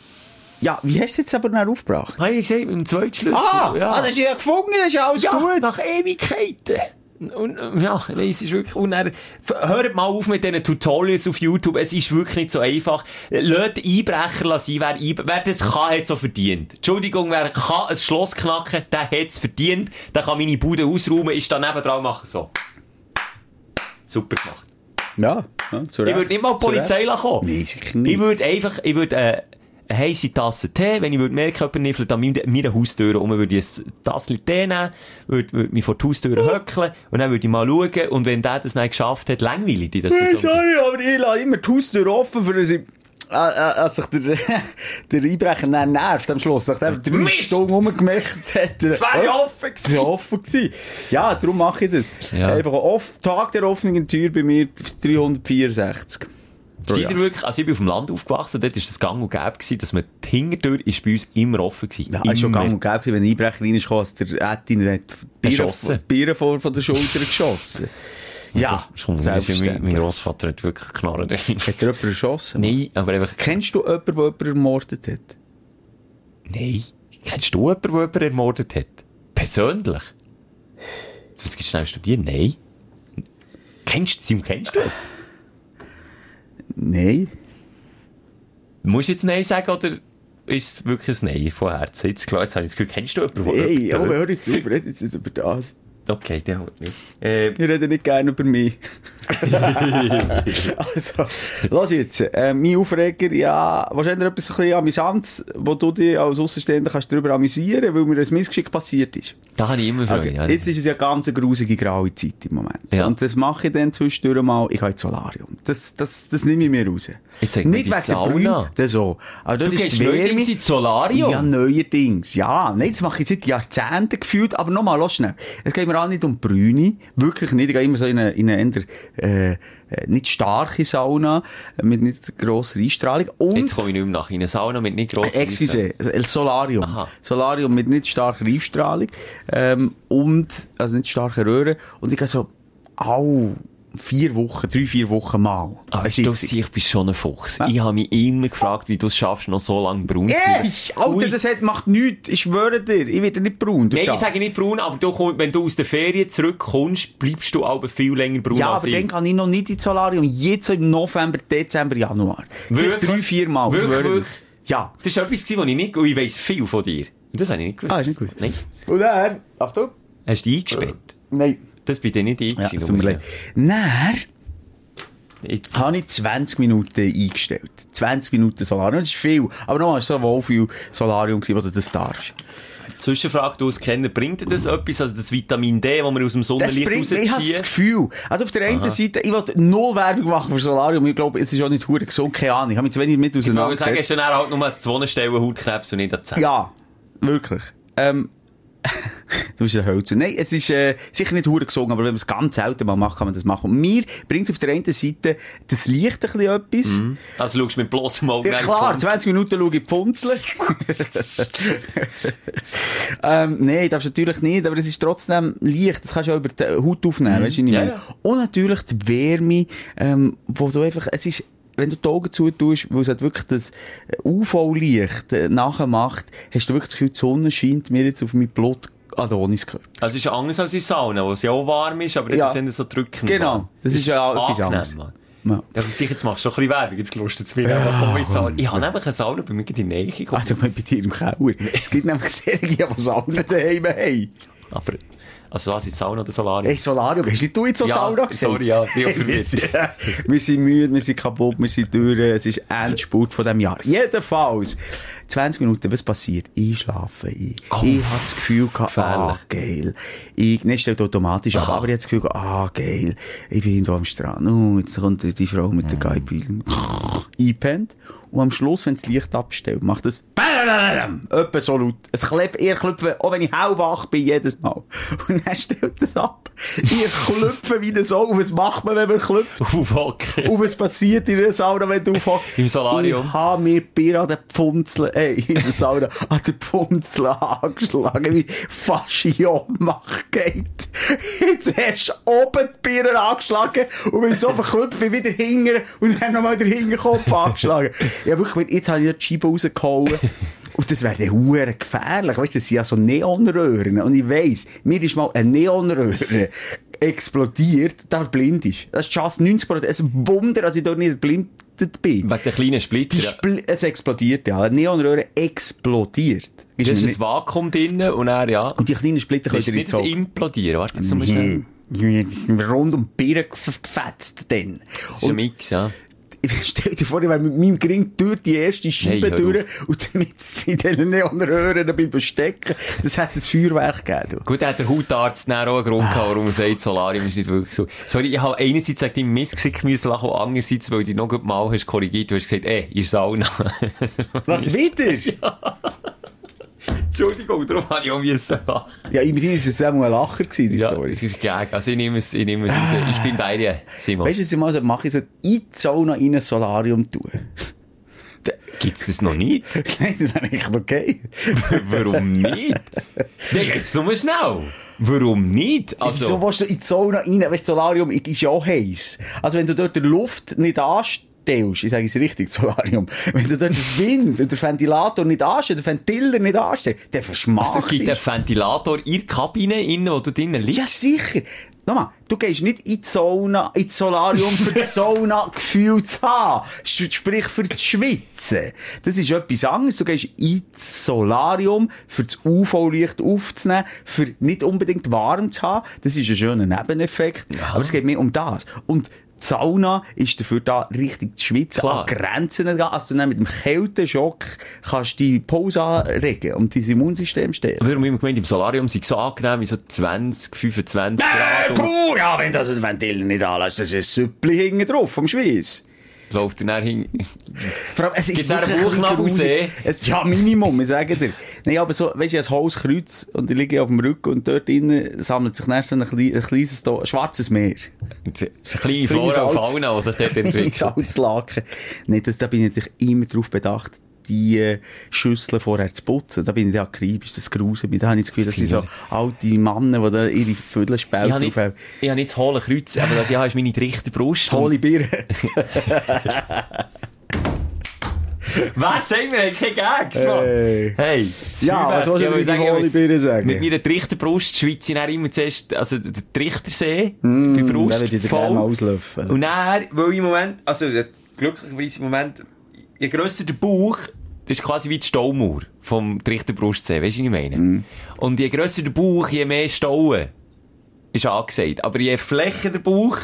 Speaker 5: ja, wie hast du es jetzt aber dann aufgebracht?
Speaker 4: Habe ich gesagt, mit dem zweiten Schlüssel.
Speaker 5: Ah, ah, das ist ja gefunden, das ist ja alles
Speaker 4: ja,
Speaker 5: gut.
Speaker 4: nach Ewigkeiten. Und, äh, ja, nein, es ist wirklich, und dann, f- hört mal auf mit diesen Tutorials auf YouTube, es ist wirklich nicht so einfach. Lasst Einbrecher lassen sein, wer, Einb- wer das kann, hat es auch verdient. Entschuldigung, wer kann ein Schloss knacken, der hat es verdient, der kann meine Bude ausräumen, ist da nebendran machen, so. Super gemacht.
Speaker 5: Ja, ja zu Recht.
Speaker 4: Ich würde nicht mal die
Speaker 5: Zu
Speaker 4: Polizei
Speaker 5: Recht.
Speaker 4: lassen kommen.
Speaker 5: Nein, sicher nicht.
Speaker 4: Ich würde einfach, ich würde, äh, eine heisse Tasse Tee, wenn ich würde merken, jemand niffelt an meinem- meiner Haustür um, würde ich ein Tassel Tee nehmen, würde, würde mich vor die Haustür höckeln und dann würde ich mal schauen und wenn der das nicht dus geschafft hat, langweilig dich das
Speaker 5: Nein,
Speaker 4: so.
Speaker 5: sorry, aber ich lasse immer die Haustür offen, für dass ich, äh, äh, als sich der, der Einbrecher dann nervt am Schluss, nachdem er drei
Speaker 4: Mist!
Speaker 5: Stunden rumgemerkt hat.
Speaker 4: Das wäre ja offen
Speaker 5: Das war
Speaker 4: gewesen.
Speaker 5: offen gewesen. Ja, darum mache ich das.
Speaker 4: Ja.
Speaker 5: Einfach off, Tag der offenen Tür bei mir 364. Pro
Speaker 4: Seid
Speaker 5: Jahr.
Speaker 4: ihr wirklich, also ich bin auf dem Land aufgewachsen, dort ist das dus gang und gäbe gewesen, dass man, die Hintertür ist bei uns immer offen gewesen.
Speaker 5: Ja, ist schon
Speaker 4: Immer.
Speaker 5: gang und gäbe, gewesen, wenn ein Einbrecher reingekommen ist, der hat ihn nicht Bier,
Speaker 4: Beschossen.
Speaker 5: Bier vor von der Schulter geschossen. Ja,
Speaker 4: Das kommt mir- mein, mein Grossvater hat wirklich knarren.
Speaker 5: Hat er jemanden geschossen?
Speaker 4: Nein, aber einfach,
Speaker 5: Kennst du jemanden, der jemanden ermordet hat?
Speaker 4: Nein. Kennst du jemanden, der jemanden ermordet hat? Persönlich? Jetzt willst du schnell studieren? Nein. Kennst du, Simon, kennst du? jemanden?
Speaker 5: Nein.
Speaker 4: Musst du jetzt Nein sagen oder ist es wirklich ein Nein von Herzen? Jetzt, klar, jetzt habe ich das Gefühl, kennst du jemanden, der
Speaker 5: Hey,
Speaker 4: jemanden-
Speaker 5: aber hör jetzt auf, redet jetzt über das.
Speaker 4: Okay, der halt nicht. Äh,
Speaker 5: Ich rede nicht gerne über mich. also, lass jetzt. Äh, mein Aufreger, ja, wahrscheinlich etwas ein bisschen Amüsantes, wo du dich als Außenstehender kannst darüber amüsieren, weil mir ein Missgeschick passiert ist.
Speaker 4: da habe ich immer Freude.
Speaker 5: Okay,
Speaker 4: ja.
Speaker 5: Jetzt ist es ja ganz eine grusige graue Zeit im Moment.
Speaker 4: Ja.
Speaker 5: Und das mache ich dann zwischendurch mal, ich gehe ins Solarium. Das, das, das nehme ich mir raus.
Speaker 4: Jetzt sagen wir die Sauna.
Speaker 5: das so. Aber dort
Speaker 4: Du
Speaker 5: ist
Speaker 4: gehst
Speaker 5: die Wärme-
Speaker 4: neuerdings ins Solarium?
Speaker 5: Ja, neuerdings. Ja, nein, das mache ich seit Jahrzehnten gefühlt, aber nochmal, lass schnell. Es geht mir auch nicht um die Brüne. Wirklich nicht. Ich gehe immer so in eine, in eine eher, äh, äh, nicht starke Sauna, mit nicht grosser Einstrahlung. Und
Speaker 4: Jetzt komme ich nicht mehr nach in Sauna mit nicht grossen...
Speaker 5: Äh, Excuse, El Solarium.
Speaker 4: Aha.
Speaker 5: Solarium mit nicht starker Einstrahlung ähm, und, also nicht starker Röhre. Und ich gehe so, au, vier Wochen, drei, vier Wochen mal.
Speaker 4: Aber
Speaker 5: Eine
Speaker 4: du
Speaker 5: Sitzung.
Speaker 4: siehst, ich bin schon ein Fuchs.
Speaker 5: Ah.
Speaker 4: Ich habe mich immer gefragt, wie du es schaffst, noch so lange braun zu bleiben.
Speaker 5: Ey, Alter,
Speaker 4: Ui,
Speaker 5: das hat, macht nichts. Ich schwöre dir, ich werde nicht braun. durch
Speaker 4: Nein, ich
Speaker 5: das.
Speaker 4: sage nicht braun, aber du, komm- wenn du aus der Ferien zurückkommst, bleibst du aber viel länger braun
Speaker 5: Ja,
Speaker 4: als
Speaker 5: aber
Speaker 4: ich.
Speaker 5: dann kann ich noch nicht ins Solarium. Jetzt so im November, Dezember, Januar. Vielleicht
Speaker 4: Wirklich?
Speaker 5: Drei, vier Mal.
Speaker 4: Wirklich,
Speaker 5: schwöre dir.
Speaker 4: wirklich?
Speaker 5: Ja.
Speaker 4: Das war etwas, was ich nicht, und ich weiss viel von dir. Und Das habe ich nicht gewusst.
Speaker 5: Ah, ist nicht gut.
Speaker 4: Nein.
Speaker 5: Und dann, Achtung.
Speaker 4: Hast du dich eingesperrt?
Speaker 5: Nein.
Speaker 4: Das bin dir nicht ich.
Speaker 5: Äh. Ja,
Speaker 4: gewesen,
Speaker 5: es tut mir
Speaker 4: nur-
Speaker 5: leid. Dann,
Speaker 4: Jetzt.
Speaker 5: habe ich 20 Minuten eingestellt. 20 Minuten Solarium, das ist viel. Aber nochmal, es war so wohl viel Solarium, gewesen, wo du das darfst.
Speaker 4: Zwischenfrage, du als Kenner, bringt dir das etwas? Also das Vitamin D, das wir aus dem
Speaker 5: Das
Speaker 4: Sonnenlicht
Speaker 5: bringt, ich habe das
Speaker 4: rausziehen?
Speaker 5: Gefühl. Also auf der einen Seite, ich wollte null Werbung machen für Solarium. Ich glaube, es ist auch nicht hure gesund, keine Ahnung. Ich habe mich zu wenig mit
Speaker 4: Ich wollte sagen, hast
Speaker 5: auseinandergesetzt.
Speaker 4: du dann halt nur zwei Stellen Hautkrebs und nicht an zehn.
Speaker 5: Ja, wirklich. Ähm, du bist ein Hölzer. Nein, es ist äh, sicher nicht hure gesungen, aber wenn man es ganz selten mal macht, kann man das machen. Und mir bringt es auf der einen Seite das Licht ein bisschen etwas.
Speaker 4: Also schaust du mit bloßem Auge
Speaker 5: Ja,
Speaker 4: nach
Speaker 5: klar,
Speaker 4: vorne.
Speaker 5: 20 Minuten schaue ich Pfunzeln. ähm, nein, darfst du natürlich nicht, aber es ist trotzdem leicht. Das kannst du auch über die Haut aufnehmen, weißt du, was
Speaker 4: Mm.
Speaker 5: ich
Speaker 4: Ja,
Speaker 5: meine?
Speaker 4: ja.
Speaker 5: Und natürlich die Wärme, ähm, wo du einfach, es ist, wenn du die Augen zutust, weil es halt wirklich das äh, UV-Licht äh, nachher macht, hast du wirklich das Gefühl, die Sonne scheint mir jetzt auf mein Blut Ah, Adoniskörper.
Speaker 4: Also es ist anders als in Sauna, wo es ja auch warm ist, aber
Speaker 5: Ja.
Speaker 4: die sind so drückend.
Speaker 5: Genau,
Speaker 4: warm.
Speaker 5: das ist ja auch etwas
Speaker 4: angenehm,
Speaker 5: anderes.
Speaker 4: Mann.
Speaker 5: Ja.
Speaker 4: Ja, aber sicher, jetzt machst du schon ein bisschen Werbung, jetzt lustet es mir auch. Komm, jetzt Sauna. Ich habe nämlich eine Sauna bei mir in der Nähe. gekommen.
Speaker 5: Also, bei dir im Keller. Es gibt nämlich sehr die Saunen daheim haben.
Speaker 4: Aber, also was, in die Sauna oder Solarium?
Speaker 5: Hey, Solarium, hast nicht du jetzt so
Speaker 4: Ja,
Speaker 5: Sauna gesehen?
Speaker 4: sorry, ja, bin auch
Speaker 5: wir,
Speaker 4: verwirrt.
Speaker 5: sind, wir sind müde, wir sind kaputt, wir sind durch, es ist Endspurt von diesem Jahr. Jedenfalls, 20 Minuten, was passiert? Ich schlafe ein. ich hatte das Gefühl, gehabt, ah, geil. Ich, nicht stellt automatisch ab,
Speaker 4: Aha.
Speaker 5: aber ich hatte das Gefühl, gehabt, ah, geil. Ich bin irgendwo am Strand, oh, jetzt kommt die Frau
Speaker 4: Mhm.
Speaker 5: mit der Geilbildung. Einpennt. Und am Schluss, wenn das Licht abstellt, macht es BAM! Etwa so laut. Es klebt, ihr klüpfen, auch wenn ich hellwach bin, jedes Mal. Und dann stellt es ab. Ihr klüpfen wie ein Sau. Und was macht man, wenn man klüpft?
Speaker 4: Aufhocken.
Speaker 5: Und was passiert in der Sauna, wenn du aufhörst?
Speaker 4: Im Solarium.
Speaker 5: Ich habe mir Bier an den Pfunzeln, äh, in der Sauna, an den Pfunzeln angeschlagen, wie Faschiomach geht. Jetzt hast du oben die Bier angeschlagen und wenn so verklüpft bin, wieder hingern und dann nochmal den Hinterkopf angeschlagen. Ja, wirklich, jetzt habe ich noch die Scheibe rausgehauen. Und das wäre dann hure gefährlich. Weißt du, das sind ja so Neonröhren. Und ich weiss, mir ist mal eine Neonröhre explodiert, der blind ist. Das ist fast 90 Es ist ein Wunder, dass ich dort nicht erblindet bin.
Speaker 4: Wegen der kleinen
Speaker 5: Die
Speaker 4: Splitter.
Speaker 5: Spl- Es explodiert, ja. Die Neonröhre explodiert. Ist
Speaker 4: Da
Speaker 5: mir
Speaker 4: ist
Speaker 5: nicht-
Speaker 4: ein Vakuum drin und er, ja.
Speaker 5: Und die kleinen Splitter
Speaker 4: Das
Speaker 5: könnt ihr
Speaker 4: ist
Speaker 5: nicht
Speaker 4: nicht
Speaker 5: so. Mhm.
Speaker 4: das Implodieren. Warte, jetzt nochmal schnell.
Speaker 5: Yeah. Rund um die Birne gef- gefetzt dann.
Speaker 4: Das ist ein
Speaker 5: Und
Speaker 4: Mix, ja.
Speaker 5: stell dir vor, ich wäre mit meinem Gring durch die erste Scheibe
Speaker 4: Hey, hör
Speaker 5: durch und damit sie in diesen Neonröhren bleiben stecken, das hätte ein Feuerwerk gegeben. Du.
Speaker 4: Gut, hat der Hautarzt dann auch einen Grund gehabt, warum er sagt, Solarium ist nicht wirklich so. Sorry, ich habe einerseits wegen deinem Missgeschick müssen lachen und andererseits, weil du dich noch gut mal hast korrigiert, du hast gesagt, ey, ihr Sauna.
Speaker 5: Was, wieder?
Speaker 4: Entschuldigung, darum habe ich auch müssen lachen.
Speaker 5: Ja, immerhin war es auch mal ein Lacher, gewesen, die
Speaker 4: Ja,
Speaker 5: Story.
Speaker 4: das ist gag. Also ich nehme es, ich nehme es raus. Ich bin bei dir, Simon.
Speaker 5: Weißt du, was ich mal so mache? Ich sollte in die Sauna in ein Solarium tun.
Speaker 4: Gibt's das noch nicht?
Speaker 5: Nein, das wäre echt okay.
Speaker 4: Warum nicht? Nein, jetzt nur schnell. Warum nicht?
Speaker 5: Wieso
Speaker 4: Also,
Speaker 5: willst du in die Sauna rein? Weißt du, das Solarium ist ja auch heiß. Also wenn du dort die Luft nicht anstellst, ich sage es richtig, Solarium, wenn du dort den Wind und den Ventilator nicht anstellst, den Ventiller nicht anstellst, dann verschmachst
Speaker 4: also es gibt
Speaker 5: dich.
Speaker 4: einen Ventilator in der Kabine, innen, wo du drinnen liegst.
Speaker 5: Ja, sicher. Nochmal, du gehst nicht in die Sauna, in das Solarium für das Sauna-Gefühl zu haben. Sch- Sprich, für das Schwitzen. Das ist etwas anderes. Du gehst in das Solarium, für das UV-Licht aufzunehmen, für nicht unbedingt warm zu haben. Das ist ein schöner Nebeneffekt. Aber es geht mehr um das. Und die Sauna ist dafür da, richtig zu schwitzen,
Speaker 4: Klar.
Speaker 5: an Grenzen zu gehen, also du dann mit dem Kälteschock kannst die Pause anregen und dein Immunsystem stärken.
Speaker 4: Warum immer gemeint, im Solarium sind so angenehm, wie so 20, 25
Speaker 5: Äh,
Speaker 4: Grad. Und
Speaker 5: puh, ja, wenn das ein Ventil nicht anlässt, das ist ein Süppli hinten drauf vom Schweiss.
Speaker 4: läuft dann hin.
Speaker 5: Vor allem, es ist
Speaker 4: Gibt's auch einen
Speaker 5: wirklich ein
Speaker 4: Buchnabel
Speaker 5: bisschen
Speaker 4: sehen?
Speaker 5: Es, ja, Minimum, ich sage dir. Nein, aber so, weißt du, ich habe ein Holzkreuz und ich liege auf dem Rücken und dort innen sammelt sich dann so ein, klein, ein kleines, Do- schwarzes Meer.
Speaker 4: So kleine
Speaker 5: Kleines
Speaker 4: Flora und
Speaker 5: Salz.
Speaker 4: Fauna, die sich dort
Speaker 5: Ein
Speaker 4: entwickelt.
Speaker 5: Salzlaken. Nein, das, da bin ich natürlich immer drauf bedacht, die äh, Schüsseln vorher zu putzen. Da bin ich ja akribisch, das gruselt mich. Da habe ich das Gefühl, das sind so alte Männer, die da ihre Vödel
Speaker 4: Ich
Speaker 5: spät
Speaker 4: habe
Speaker 5: drauf
Speaker 4: nicht,
Speaker 5: haben.
Speaker 4: ich habe nicht das hohle Kreuz, aber das ich habe, ist meine rechte Brust.
Speaker 5: Hohle Bier.
Speaker 4: Wer sagt mir, ich keine
Speaker 5: Äh,
Speaker 4: Gags, Mann?
Speaker 5: Hey.
Speaker 4: Hey.
Speaker 5: Ja, was willst
Speaker 4: Ich
Speaker 5: du mit
Speaker 4: will
Speaker 5: deiner hohlen Birne sagen?
Speaker 4: Mit meiner Trichterbrust schweiz ich dann immer zuerst, also den Trichtersee, bei
Speaker 5: den
Speaker 4: Brust,
Speaker 5: würde ich dir gerne mal
Speaker 4: voll.
Speaker 5: auslöffeln.
Speaker 4: Und dann, weil ich im Moment, also glücklicherweise im Moment, je grösser der Bauch, das ist quasi wie die Staumauer vom Trichterbrustsee, weißt du, was ich meine?
Speaker 5: Hmm.
Speaker 4: Und je grösser der Bauch, je mehr Stauen ist angesagt. Aber je flächer der Bauch,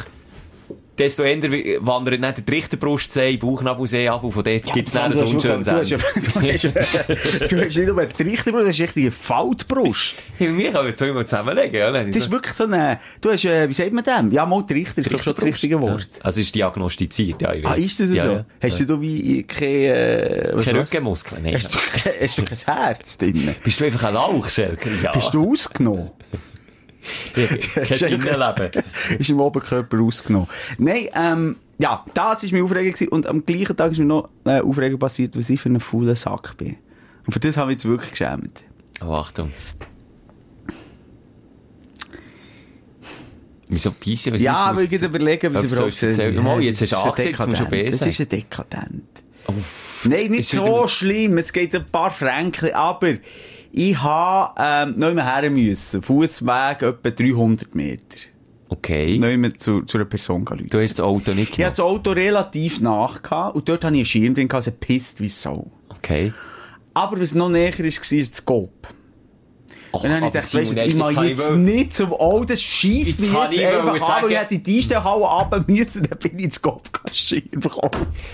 Speaker 4: desto eher wandert dann der Trichterbrustsee, Bauchnabelsee ab und von dort gibt's gibt es dann ein unschönes
Speaker 5: Du hast,
Speaker 4: Ende.
Speaker 5: ja- du, hast, ja- du hast nicht nur eine Trichterbrust, du hast echt eine Faltbrust.
Speaker 4: Ja, wir können zwei mal zusammenlegen, ja? Dann
Speaker 5: Das ist wirklich so eine, du hast, äh, wie sagt man dem? Ja, mal Trichter ist glaube schon das richtige Wort.
Speaker 4: Also ist diagnostiziert, ja. Ich
Speaker 5: Ah,
Speaker 4: weiß.
Speaker 5: ist das so?
Speaker 4: Ja, ja.
Speaker 5: Hast du da wie keine, äh, was
Speaker 4: Keine
Speaker 5: war's?
Speaker 4: Rückenmuskeln, nein.
Speaker 5: Hast du, kein- hast du kein Herz drin?
Speaker 4: Bist du einfach ein Lauch, Schelker? Ja.
Speaker 5: Bist du ausgenommen?
Speaker 4: Kein Innenleben.
Speaker 5: ist im Oberkörper ausgenommen. Nein, ähm, ja, das war meine Aufregung gewesen. und am gleichen Tag ist mir noch eine Aufregung passiert, was ich für einen faulen Sack bin. Und für das habe ich jetzt wirklich geschämt.
Speaker 4: Oh, Achtung. Wieso pieschen? Was
Speaker 5: ja,
Speaker 4: ist
Speaker 5: aber
Speaker 4: das?
Speaker 5: ich würde überlegen, was
Speaker 4: Ob
Speaker 5: ich
Speaker 4: so
Speaker 5: überhaupt
Speaker 4: ist es erzählt. Mal, jetzt hast
Speaker 5: das
Speaker 4: du
Speaker 5: ist ein
Speaker 4: angesetzt, musst du
Speaker 5: Dekadent.
Speaker 4: besser.
Speaker 5: Das ist ein dekadent. Nein, nicht
Speaker 4: Ist
Speaker 5: so
Speaker 4: wieder-
Speaker 5: schlimm. Es geht ein paar Franken, aber ich habe ähm, nicht mehr her müssen. Fußweg etwa 300 Meter.
Speaker 4: Okay.
Speaker 5: Nicht mehr zu, zu einer Person gehen.
Speaker 4: Du hast das Auto nicht
Speaker 5: Ich
Speaker 4: genommen.
Speaker 5: hatte das Auto relativ nach gehabt und dort hatte ich einen Schirm drin, gehabt, also pisst wie Sau.
Speaker 4: Okay.
Speaker 5: Aber was noch näher war, war das Gop.
Speaker 4: Ach,
Speaker 5: Und dann
Speaker 4: Oh,
Speaker 5: habe
Speaker 4: aber
Speaker 5: ich gedacht,
Speaker 4: Simon,
Speaker 5: weisst du, ich
Speaker 4: jetzt
Speaker 5: mache
Speaker 4: habe ich
Speaker 5: jetzt
Speaker 4: wohl-
Speaker 5: nicht zum, oh, das scheisst
Speaker 4: Jetzt
Speaker 5: mich
Speaker 4: habe
Speaker 5: jetzt
Speaker 4: ich
Speaker 5: einfach
Speaker 4: wollen
Speaker 5: an, weil ich
Speaker 4: sagen-
Speaker 5: hätte in die Einstellhalle runter müssen, dann bin ich ins Gop geschieden bekommen.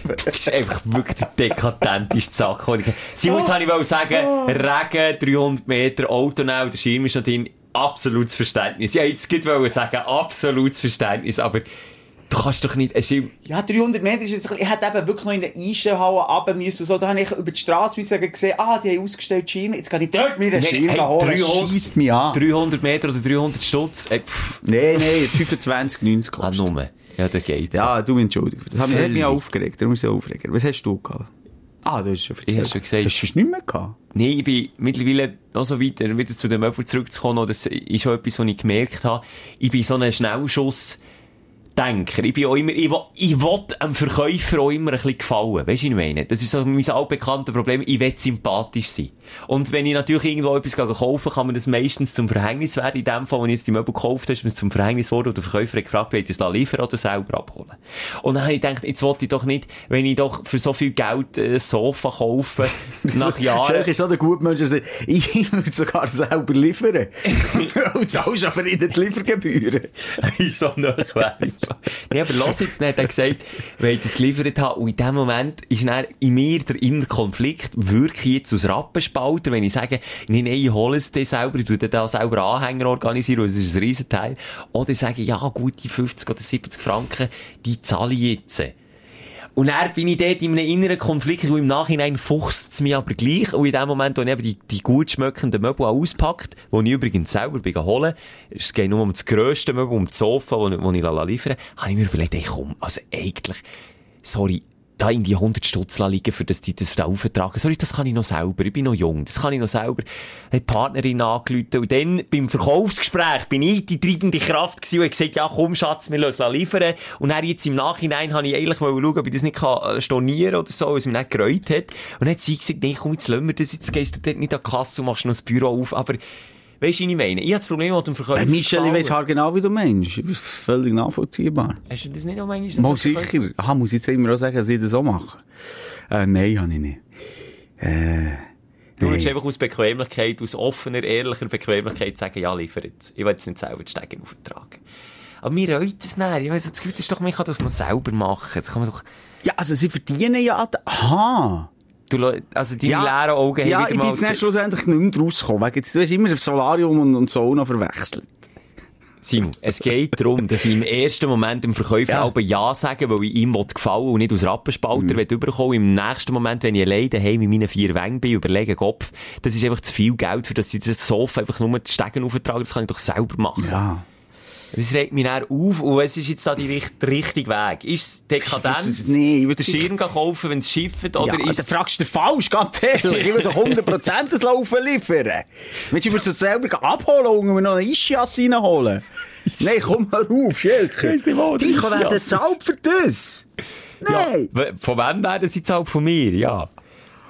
Speaker 4: Du bist einfach wirklich der dekadenteste Sack. den ich- Simon, jetzt wollte ich wollte sagen, Regen, 300 Meter, Auto nehmen, der Schirm ist noch drin. Absolutes Verständnis. Ja, jetzt gerade wollte ich sagen, absolutes Verständnis, aber du kannst doch nicht einen Schirm...
Speaker 5: Ja, 300 Meter ist jetzt, ein bisschen- ich hätte eben wirklich noch in eine Einstellhalle runter müssen, und so, da habe ich über die Straße müssen gesehen, ah, die haben ausgestellt Schirme, jetzt kann ich dort mir einen
Speaker 4: Nee,
Speaker 5: Schirm
Speaker 4: hey,
Speaker 5: holen,
Speaker 4: 300
Speaker 5: scheisst mich an.
Speaker 4: 300 Meter oder 300 Stutz? Äh, pff,
Speaker 5: Nein, nein, 25, 90
Speaker 4: ah,
Speaker 5: kostet.
Speaker 4: nur. Ja, da geht's.
Speaker 5: Ja, du mich entschuldigt. Das hat mich, hat mich
Speaker 4: Völlig.
Speaker 5: auch aufgeregt. Darum ist es aufregend. Was hast du gehabt? Ah, du hast schon erzählt.
Speaker 4: Ich hab's schon gesagt.
Speaker 5: Hast du es nicht mehr gehabt?
Speaker 4: Nein, ich bin mittlerweile noch so weit, äh, wieder zu dem Möbel zurückzukommen, oder das ist auch etwas, was ich gemerkt habe. Ich bin so ein Schnellschuss, Denker. Ich bin auch immer, ich will, ich will dem Verkäufer auch immer ein bisschen gefallen. Weisst du, was ich meine? Das ist so mein altbekanntes Problem. Ich will sympathisch sein. Und wenn ich natürlich irgendwo etwas gehe kaufen kann mir das meistens zum Verhängnis werden. In dem Fall, wenn ich jetzt die Möbel gekauft habe, ist mir es zum Verhängnis geworden, und der Verkäufer hat gefragt, will ich das liefern oder selber abholen. Und dann habe ich gedacht, jetzt wollte ich doch nicht, wenn ich doch für so viel Geld äh, ein Sofa kaufe, nach Jahren.
Speaker 5: Schlecht ist so der gute Mensch, der sagt, ich würde sogar selber liefern. Und zahlst aber in die Liefergebühren.
Speaker 4: in so einer Erklärung. Nee, aber lass jetzt nicht, er hat gesagt, wenn ich das geliefert habe, und in dem Moment ist dann in mir der innere Konflikt wirklich jetzt aus Rappenspalter, wenn ich sage, nein, nein, ich hole es dir selber, ich tue dir da selber Anhänger organisieren, weil es ist ein Riesenteil. Oder ich sage, ja, gut, die 50 oder 70 Franken, die zahle ich jetzt. Und dann bin ich dort in einem inneren Konflikt, wo im Nachhinein fuchst es mich aber gleich. Und in dem Moment, wo ich eben die, die gut schmeckenden Möbel auch auspackt, wo ich übrigens selber bin geholt, es geht nur um das grösste Möbel, um das Sofa, wo, ich- wo ich la- la liefern lasse, habe ich mir überlegt, ey komm, also eigentlich, sorry, da irgendwie 100 Stutz la liegen, für das die das da auftragen. Sorry, das kann ich noch selber. Ich bin noch jung. Das kann ich noch selber. Hat die Partnerin angerufen. Und dann, beim Verkaufsgespräch, bin ich die treibende Kraft gewesen und hab gesagt, ja, komm, Schatz, wir lassen es liefern. Und dann jetzt im Nachhinein habe ich eigentlich mal schauen, ob ich das nicht kann, äh, stornieren oder so, weil es mich nicht gereut hat. Und dann hat sie gesagt, nee, komm, jetzt lassen wir das. Jetzt gehst du dort nicht an die Kasse und machst noch das Büro auf. Aber, weisst du, wie ich meine? Ich habe das Problem mit dem Verkäufer.
Speaker 5: Eh, Äh, Michel, ich weiss
Speaker 4: gefallen.
Speaker 5: genau, wie du meinst. Völlig nachvollziehbar.
Speaker 4: Hast du das nicht noch manchmal? dass
Speaker 5: Mal
Speaker 4: der Verkäufer-
Speaker 5: sicher. Aha, muss ich jetzt immer auch sagen, dass ich das auch mache? Äh, nein, habe ich nicht.
Speaker 4: Du
Speaker 5: Eh, Nee.
Speaker 4: willst einfach aus Bequemlichkeit, aus offener, ehrlicher Bequemlichkeit sagen, ja, liefer jetzt. Ich will jetzt nicht selber die Stegen auftragen. Aber mir reut es nicht. Ich weiss, das Gute ist doch, man kann das noch selber machen. Das kann man doch,
Speaker 5: Ja, also sie verdienen ja... an der- Aha.
Speaker 4: du, lo- also deine leeren Augen haben
Speaker 5: Ja,
Speaker 4: wieder
Speaker 5: ich bin
Speaker 4: mal
Speaker 5: jetzt nicht
Speaker 4: gesehen-
Speaker 5: schlussendlich nicht mehr draus gekommen. Wegen- Du hast immer Solarium und, und Sauna verwechselt.
Speaker 4: Simon, es geht darum, dass ich im ersten Moment dem Verkäufer
Speaker 5: Ja.
Speaker 4: ja. ja sagen, weil ich ihm will gefallen und nicht aus Rappenspalter mhm. überkommen. Im nächsten Moment, wenn ich allein daheim in meinen vier Wängen bin, überlege Kopf, das ist einfach zu viel Geld, für das ich das Sofa einfach nur die Stegen auftrage. Das kann ich doch selber machen.
Speaker 5: Ja.
Speaker 4: Das regt mich dann auf und es ist jetzt da die, richt- der richtige Weg. Ist es
Speaker 5: Ich
Speaker 4: Dekadenz?
Speaker 5: weiß es nicht. Ich würde
Speaker 4: den Schirm kaufen, wenn es schifft?
Speaker 5: Oder
Speaker 4: Oder
Speaker 5: ja, also
Speaker 4: ist
Speaker 5: dann
Speaker 4: es...
Speaker 5: fragst du den falsch, ganz ehrlich. Ich will doch 100% das Laufen liefern. Willst du mir das selber gehen abholen und mir noch einen Ischias reinholen? Nein, komm mal auf, Schelke.
Speaker 4: weiss nicht, wo der
Speaker 5: Die kann
Speaker 4: Ischias
Speaker 5: werden
Speaker 4: ist.
Speaker 5: zahlt für das. Nein.
Speaker 4: W- Von wem werden sie zahlt? Von mir, ja.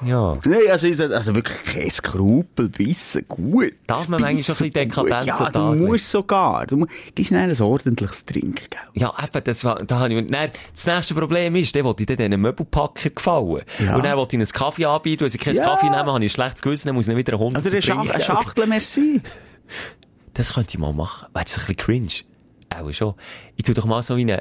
Speaker 4: Ja.
Speaker 5: Nein, also, ist das- also wirklich kein Skrupel, bissen gut.
Speaker 4: Darf man manchmal schon ein bisschen
Speaker 5: Bissen gut.
Speaker 4: Dekadenz
Speaker 5: Ja, du
Speaker 4: darlegen?
Speaker 5: musst sogar. Du mu- gibst ihnen ein ordentliches Trinkgeld.
Speaker 4: Ja, eben, das war, da habe ich, mir- nein, das nächste Problem ist, dann will ich dann diesen Möbelpacker gefallen.
Speaker 5: Ja.
Speaker 4: Und dann will ich einen Kaffee anbieten, weil sie keinen
Speaker 5: Ja.
Speaker 4: Kaffee nehmen, habe ich ein schlechtes Gewissen, dann muss ich ihnen wieder einen Hund
Speaker 5: Also eine, Schach eine Schachtel Merci.
Speaker 4: Das könnte ich mal machen. Weil das ist ein bisschen cringe. Auch schon. Ich tu doch mal so wie ein,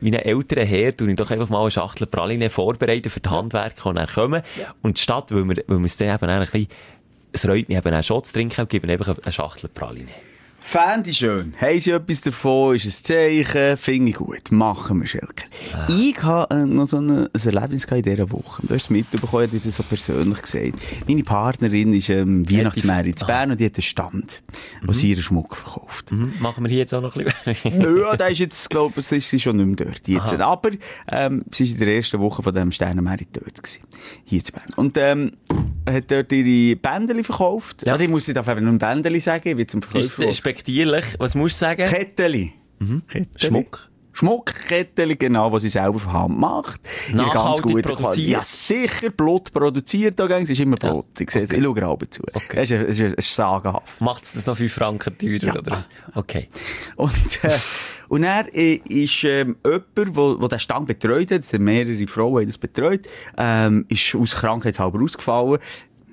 Speaker 4: wie ein älterer Herr, tu ich doch einfach mal eine Schachtel Praline vorbereiten für die Handwerker, die dann kommen. Und statt, weil wir, weil wir es dann eben auch ein bisschen, es reut mich eben auch schon zu trinken, geben wir einfach eine Schachtel Praline.
Speaker 5: Fände ich schön. Haben sie etwas davon? Ist ein Zeichen? Finde ich gut. Machen wir, Schelker. Ich habe äh, noch so ein, ein Erlebnis gehabt in dieser Woche. Du hast es mitbekommen, ich habe dir das so persönlich gesagt. Meine Partnerin ist ähm, Weihnachtsmärin in Bern und die hat einen Stand, wo sie ihren Schmuck verkauft.
Speaker 4: Hm, machen wir hier jetzt auch noch ein bisschen.
Speaker 5: Ja, da ist jetzt, glaube ich, ist sie schon nicht mehr dort. Jetzt. Aber ähm, sie war in der ersten Woche von diesem Sternenmerit dort. Gewesen, hier in Bern. Und ähm, hat dort ihre Bändeli verkauft. Ja.
Speaker 4: Ja.
Speaker 5: Also, ich muss sie einfach nur Bändeli sagen, wie zum
Speaker 4: Das ist
Speaker 5: Verkäufer.
Speaker 4: respektierlich. Was musst du sagen?
Speaker 5: Ketteli.
Speaker 4: Schmuck.
Speaker 5: Schmuckkettel, genau, was sie selber von Hand macht. In
Speaker 4: Nachhaltig
Speaker 5: ganz guter
Speaker 4: produziert.
Speaker 5: Qualität. Ja, sicher. Blut produziert, da gäng's, ist immer Blut. Ich sehe es, ich schaue ihr Augen zu.
Speaker 4: Okay.
Speaker 5: Es ist, es ist, es ist sagenhaft.
Speaker 4: Macht es das noch 5 Franken teurer, oder? Okay.
Speaker 5: Und, äh, und er äh, ist ähm, jemand, wo, wo den Stand betreut hat, es sind mehrere Frauen haben das betreut, ähm, ist aus Krankheitshalber ausgefallen.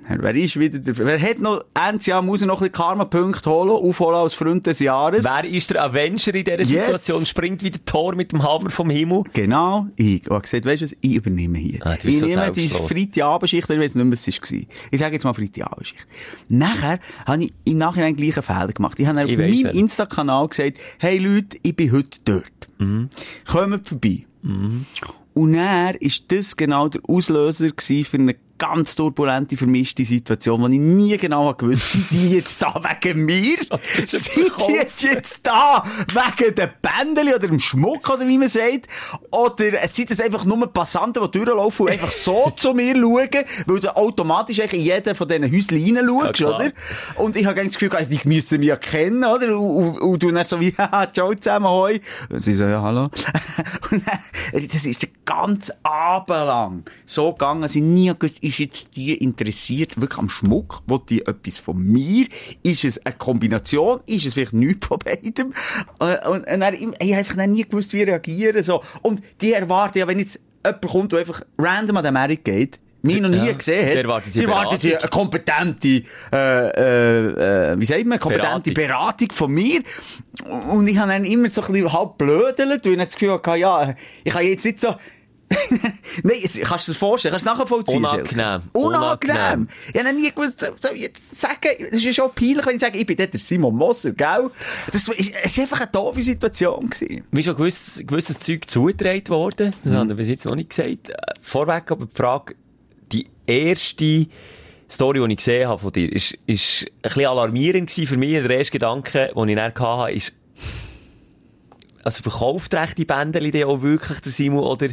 Speaker 5: Er- Wer ist wieder der, wer hat noch, Ende Jahr muss er noch ein bisschen Karma-Punkte holen, aufholen als Freund des Jahres.
Speaker 4: Wer ist der Avenger in dieser Situation? Springt wie der Tor mit dem Hammer vom Himmel?
Speaker 5: Genau, ich. Und er gesagt, weißt du was, ich übernehme hier.
Speaker 4: Ah, du bist
Speaker 5: ich
Speaker 4: so
Speaker 5: nehme die
Speaker 4: selbstlos.
Speaker 5: Freitagabendschicht, ich weiß nicht mehr, was es war. Ich sage jetzt mal Freitagabendschicht. Nachher habe ich im Nachhinein gleich einen Fehler gemacht. Ich habe auf
Speaker 4: Ich weiss
Speaker 5: meinem
Speaker 4: welchen.
Speaker 5: Insta-Kanal gesagt, hey Leute, ich bin heute dort.
Speaker 4: Mhm.
Speaker 5: Kommt vorbei. Und er ist das genau der Auslöser gewesen für eine ganz turbulente, vermischte Situation, wo ich nie genau gewusst habe, sind die jetzt da wegen mir? sind die jetzt da wegen den Bändeli oder dem Schmuck oder wie man sagt? Oder sind es einfach nur Passanten, die durchlaufen und einfach so zu mir schauen, weil du automatisch eigentlich in jeden von diesen Häuschen hineinschaust,
Speaker 4: Ja, klar.
Speaker 5: oder? Und ich habe ganz das Gefühl, gehabt, die müssen mich ja kennen, oder? Und, und, und du dann so wie, haha, ciao zusammen, hoi. Und sie so, ja, hallo. und dann, das ist den ganzen Abend lang so gegangen, dass ich nie gewusst, ist jetzt die interessiert wirklich am Schmuck? Will die etwas von mir? Ist es eine Kombination? Ist es vielleicht nichts von beidem? Und, und, und dann, ich, ich habe einfach dann nie gewusst, wie reagieren, so. Und die erwarten ja, wenn jetzt jemand kommt, der einfach random an den Markt geht, mich noch nie gesehen hat,
Speaker 4: der erwartet sie
Speaker 5: die erwartet sie
Speaker 4: Beratung.
Speaker 5: eine kompetente, äh, äh, äh, wie sagt man, kompetente
Speaker 4: Beratung.
Speaker 5: Beratung von mir. Und ich habe dann immer so ein bisschen halb blödelt, weil ich das Gefühl hatte, ja, ich kann jetzt nicht so, Nein, es- kannst du dir das vorstellen? Kannst du es nachvollziehen?
Speaker 4: Unangenehm.
Speaker 5: Schelke? Unangenehm.
Speaker 4: Unangenehm.
Speaker 5: Ich habe nie gewusst, soll- soll ich jetzt sagen, es ist ja schon peinlich, wenn ich sage, ich bin dort der Simon Moser, gell? Das war ist- ist einfach eine doofe Situation. Gewesen.
Speaker 4: Mir ist schon gewisses, gewisses Zeug zugetragen worden. Das haben wir bis jetzt noch nicht gesagt. Äh, Vorweg aber die Frage, die erste Story, die ich gesehen habe von dir, ist, ist ein bisschen alarmierend gewesen für mich. Der erste Gedanke, den ich dann hatte, ist, also verkauft recht die Bändeli die auch wirklich der Simon oder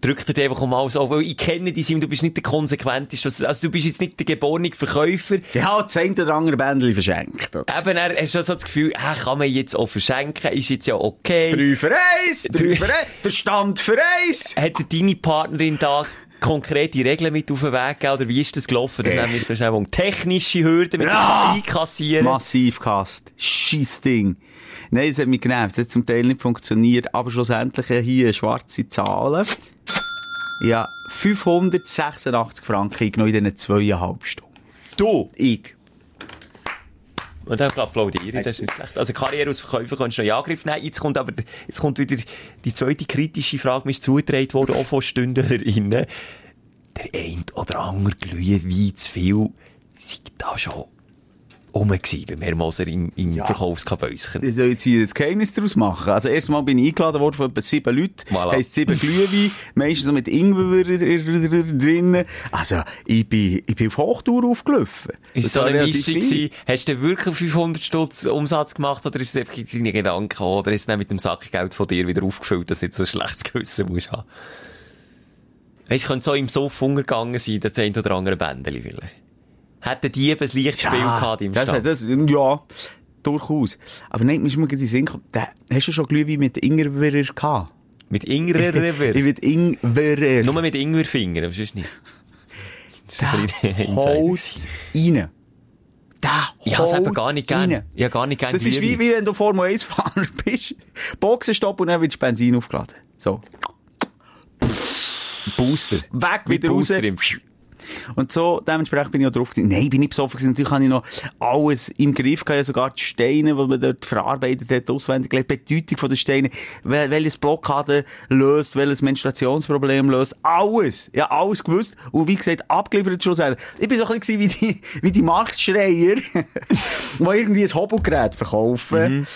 Speaker 4: drückt er die einfach mal so, weil ich kenne dich Simon, du bist nicht der konsequenteste, was- also du bist jetzt nicht der geborene Verkäufer,
Speaker 5: Ich habe das eine oder andere Bändchen verschenkt. oder?
Speaker 4: eben er hast du so das Gefühl, ah, kann man jetzt auch verschenken, ist jetzt ja okay.
Speaker 5: Drei für eins, drei
Speaker 4: Drei-
Speaker 5: für eins, der Stand für eins.
Speaker 4: Hat dir deine Partnerin da konkrete Regeln mit auf den Weg gegeben? Oder wie ist das gelaufen? Das nehmen wir so schnell um. Technische Hürden mit
Speaker 5: Ja!
Speaker 4: ja! Einkassieren.
Speaker 5: Massiv gehasst. Scheiss Ding. Nein, das hat mich genervt. Das hat zum Teil nicht funktioniert. Aber schlussendlich äh, hier schwarze Zahlen. Ja, 586 Franken ich noch in diesen zweieinhalb Stunden.
Speaker 4: Du!
Speaker 5: Ich.
Speaker 4: Und dann applaudieren, das ist nicht schlecht. Also Karriere als Verkäufer kannst du noch in Angriff nehmen. Jetzt kommt aber, jetzt kommt wieder die zweite kritische Frage, mir ist zugetragen worden, auch von StündlerInnen. Der ein oder andere Glühwein zu viel, sei da schon rum gewesen, beim Herrn Moser im, im Verkaufskabäuschen.
Speaker 5: Ich soll jetzt hier ein Geheimnis daraus machen. Also, erstmal bin ich eingeladen worden von etwa sieben Leuten.
Speaker 4: Voilà.
Speaker 5: Heisst sieben Glühwein. Meistens noch mit Ingwer drinnen. Also, ich bin, ich bin auf Hochtour aufgelaufen.
Speaker 4: Ist
Speaker 5: Das
Speaker 4: so
Speaker 5: war
Speaker 4: eine
Speaker 5: relativ
Speaker 4: Mischung
Speaker 5: viel.
Speaker 4: gewesen? Hast du wirklich 500 Stutz Umsatz gemacht oder ist es einfach in deine Gedanken gekommen? oder ist es dann mit dem Sackgeld von dir wieder aufgefüllt, dass du jetzt so ein schlechtes Gewissen musst haben? Weißt du, könnte so im Sofa untergegangen sein, das ein oder andere Bändeli will. Hätten die eben ein leichtes Spiel gehabt im
Speaker 5: das,
Speaker 4: Stand?
Speaker 5: das, ja, durchaus. Aber nein, mir ist mir gerade in den Sinn gekommen, da- hast du schon Glühwein mit Ingwerwerer gehabt?
Speaker 4: Mit Ingwer
Speaker 5: Ich
Speaker 4: River.
Speaker 5: mit Ingwerer.
Speaker 4: Nur mit Ingwerfingern, aber sonst nicht. Das ist ein bisschen
Speaker 5: Holt
Speaker 4: Insider.
Speaker 5: rein. Da
Speaker 4: Ich hab's eben
Speaker 5: holt
Speaker 4: gar nicht gern.
Speaker 5: rein.
Speaker 4: Ich hab gar nicht gern
Speaker 5: Das ist wie,
Speaker 4: Glühwein.
Speaker 5: wie wenn du Formel 1 Fahrer bist. Boxenstopp und dann wird das Benzin aufgeladen. So.
Speaker 4: Booster.
Speaker 5: Weg,
Speaker 4: Mit
Speaker 5: wieder raus.
Speaker 4: Booster im-
Speaker 5: Und so, dementsprechend bin ich auch drauf gewesen. Nein, bin ich besoffen gewesen. Natürlich habe ich noch alles im Griff gehabt. Ja, sogar die Steine, die man dort verarbeitet hat, auswendig gelernt. Die Bedeutung von den Steinen. Wel welches Blockade löst, welches Menstruationsproblem löst. Alles. Ja, alles gewusst. Und wie gesagt, abgeliefert schlussendlich. Ich bin so ein bisschen wie die, wie die Marktschreier, die irgendwie ein Hobelgerät verkaufen.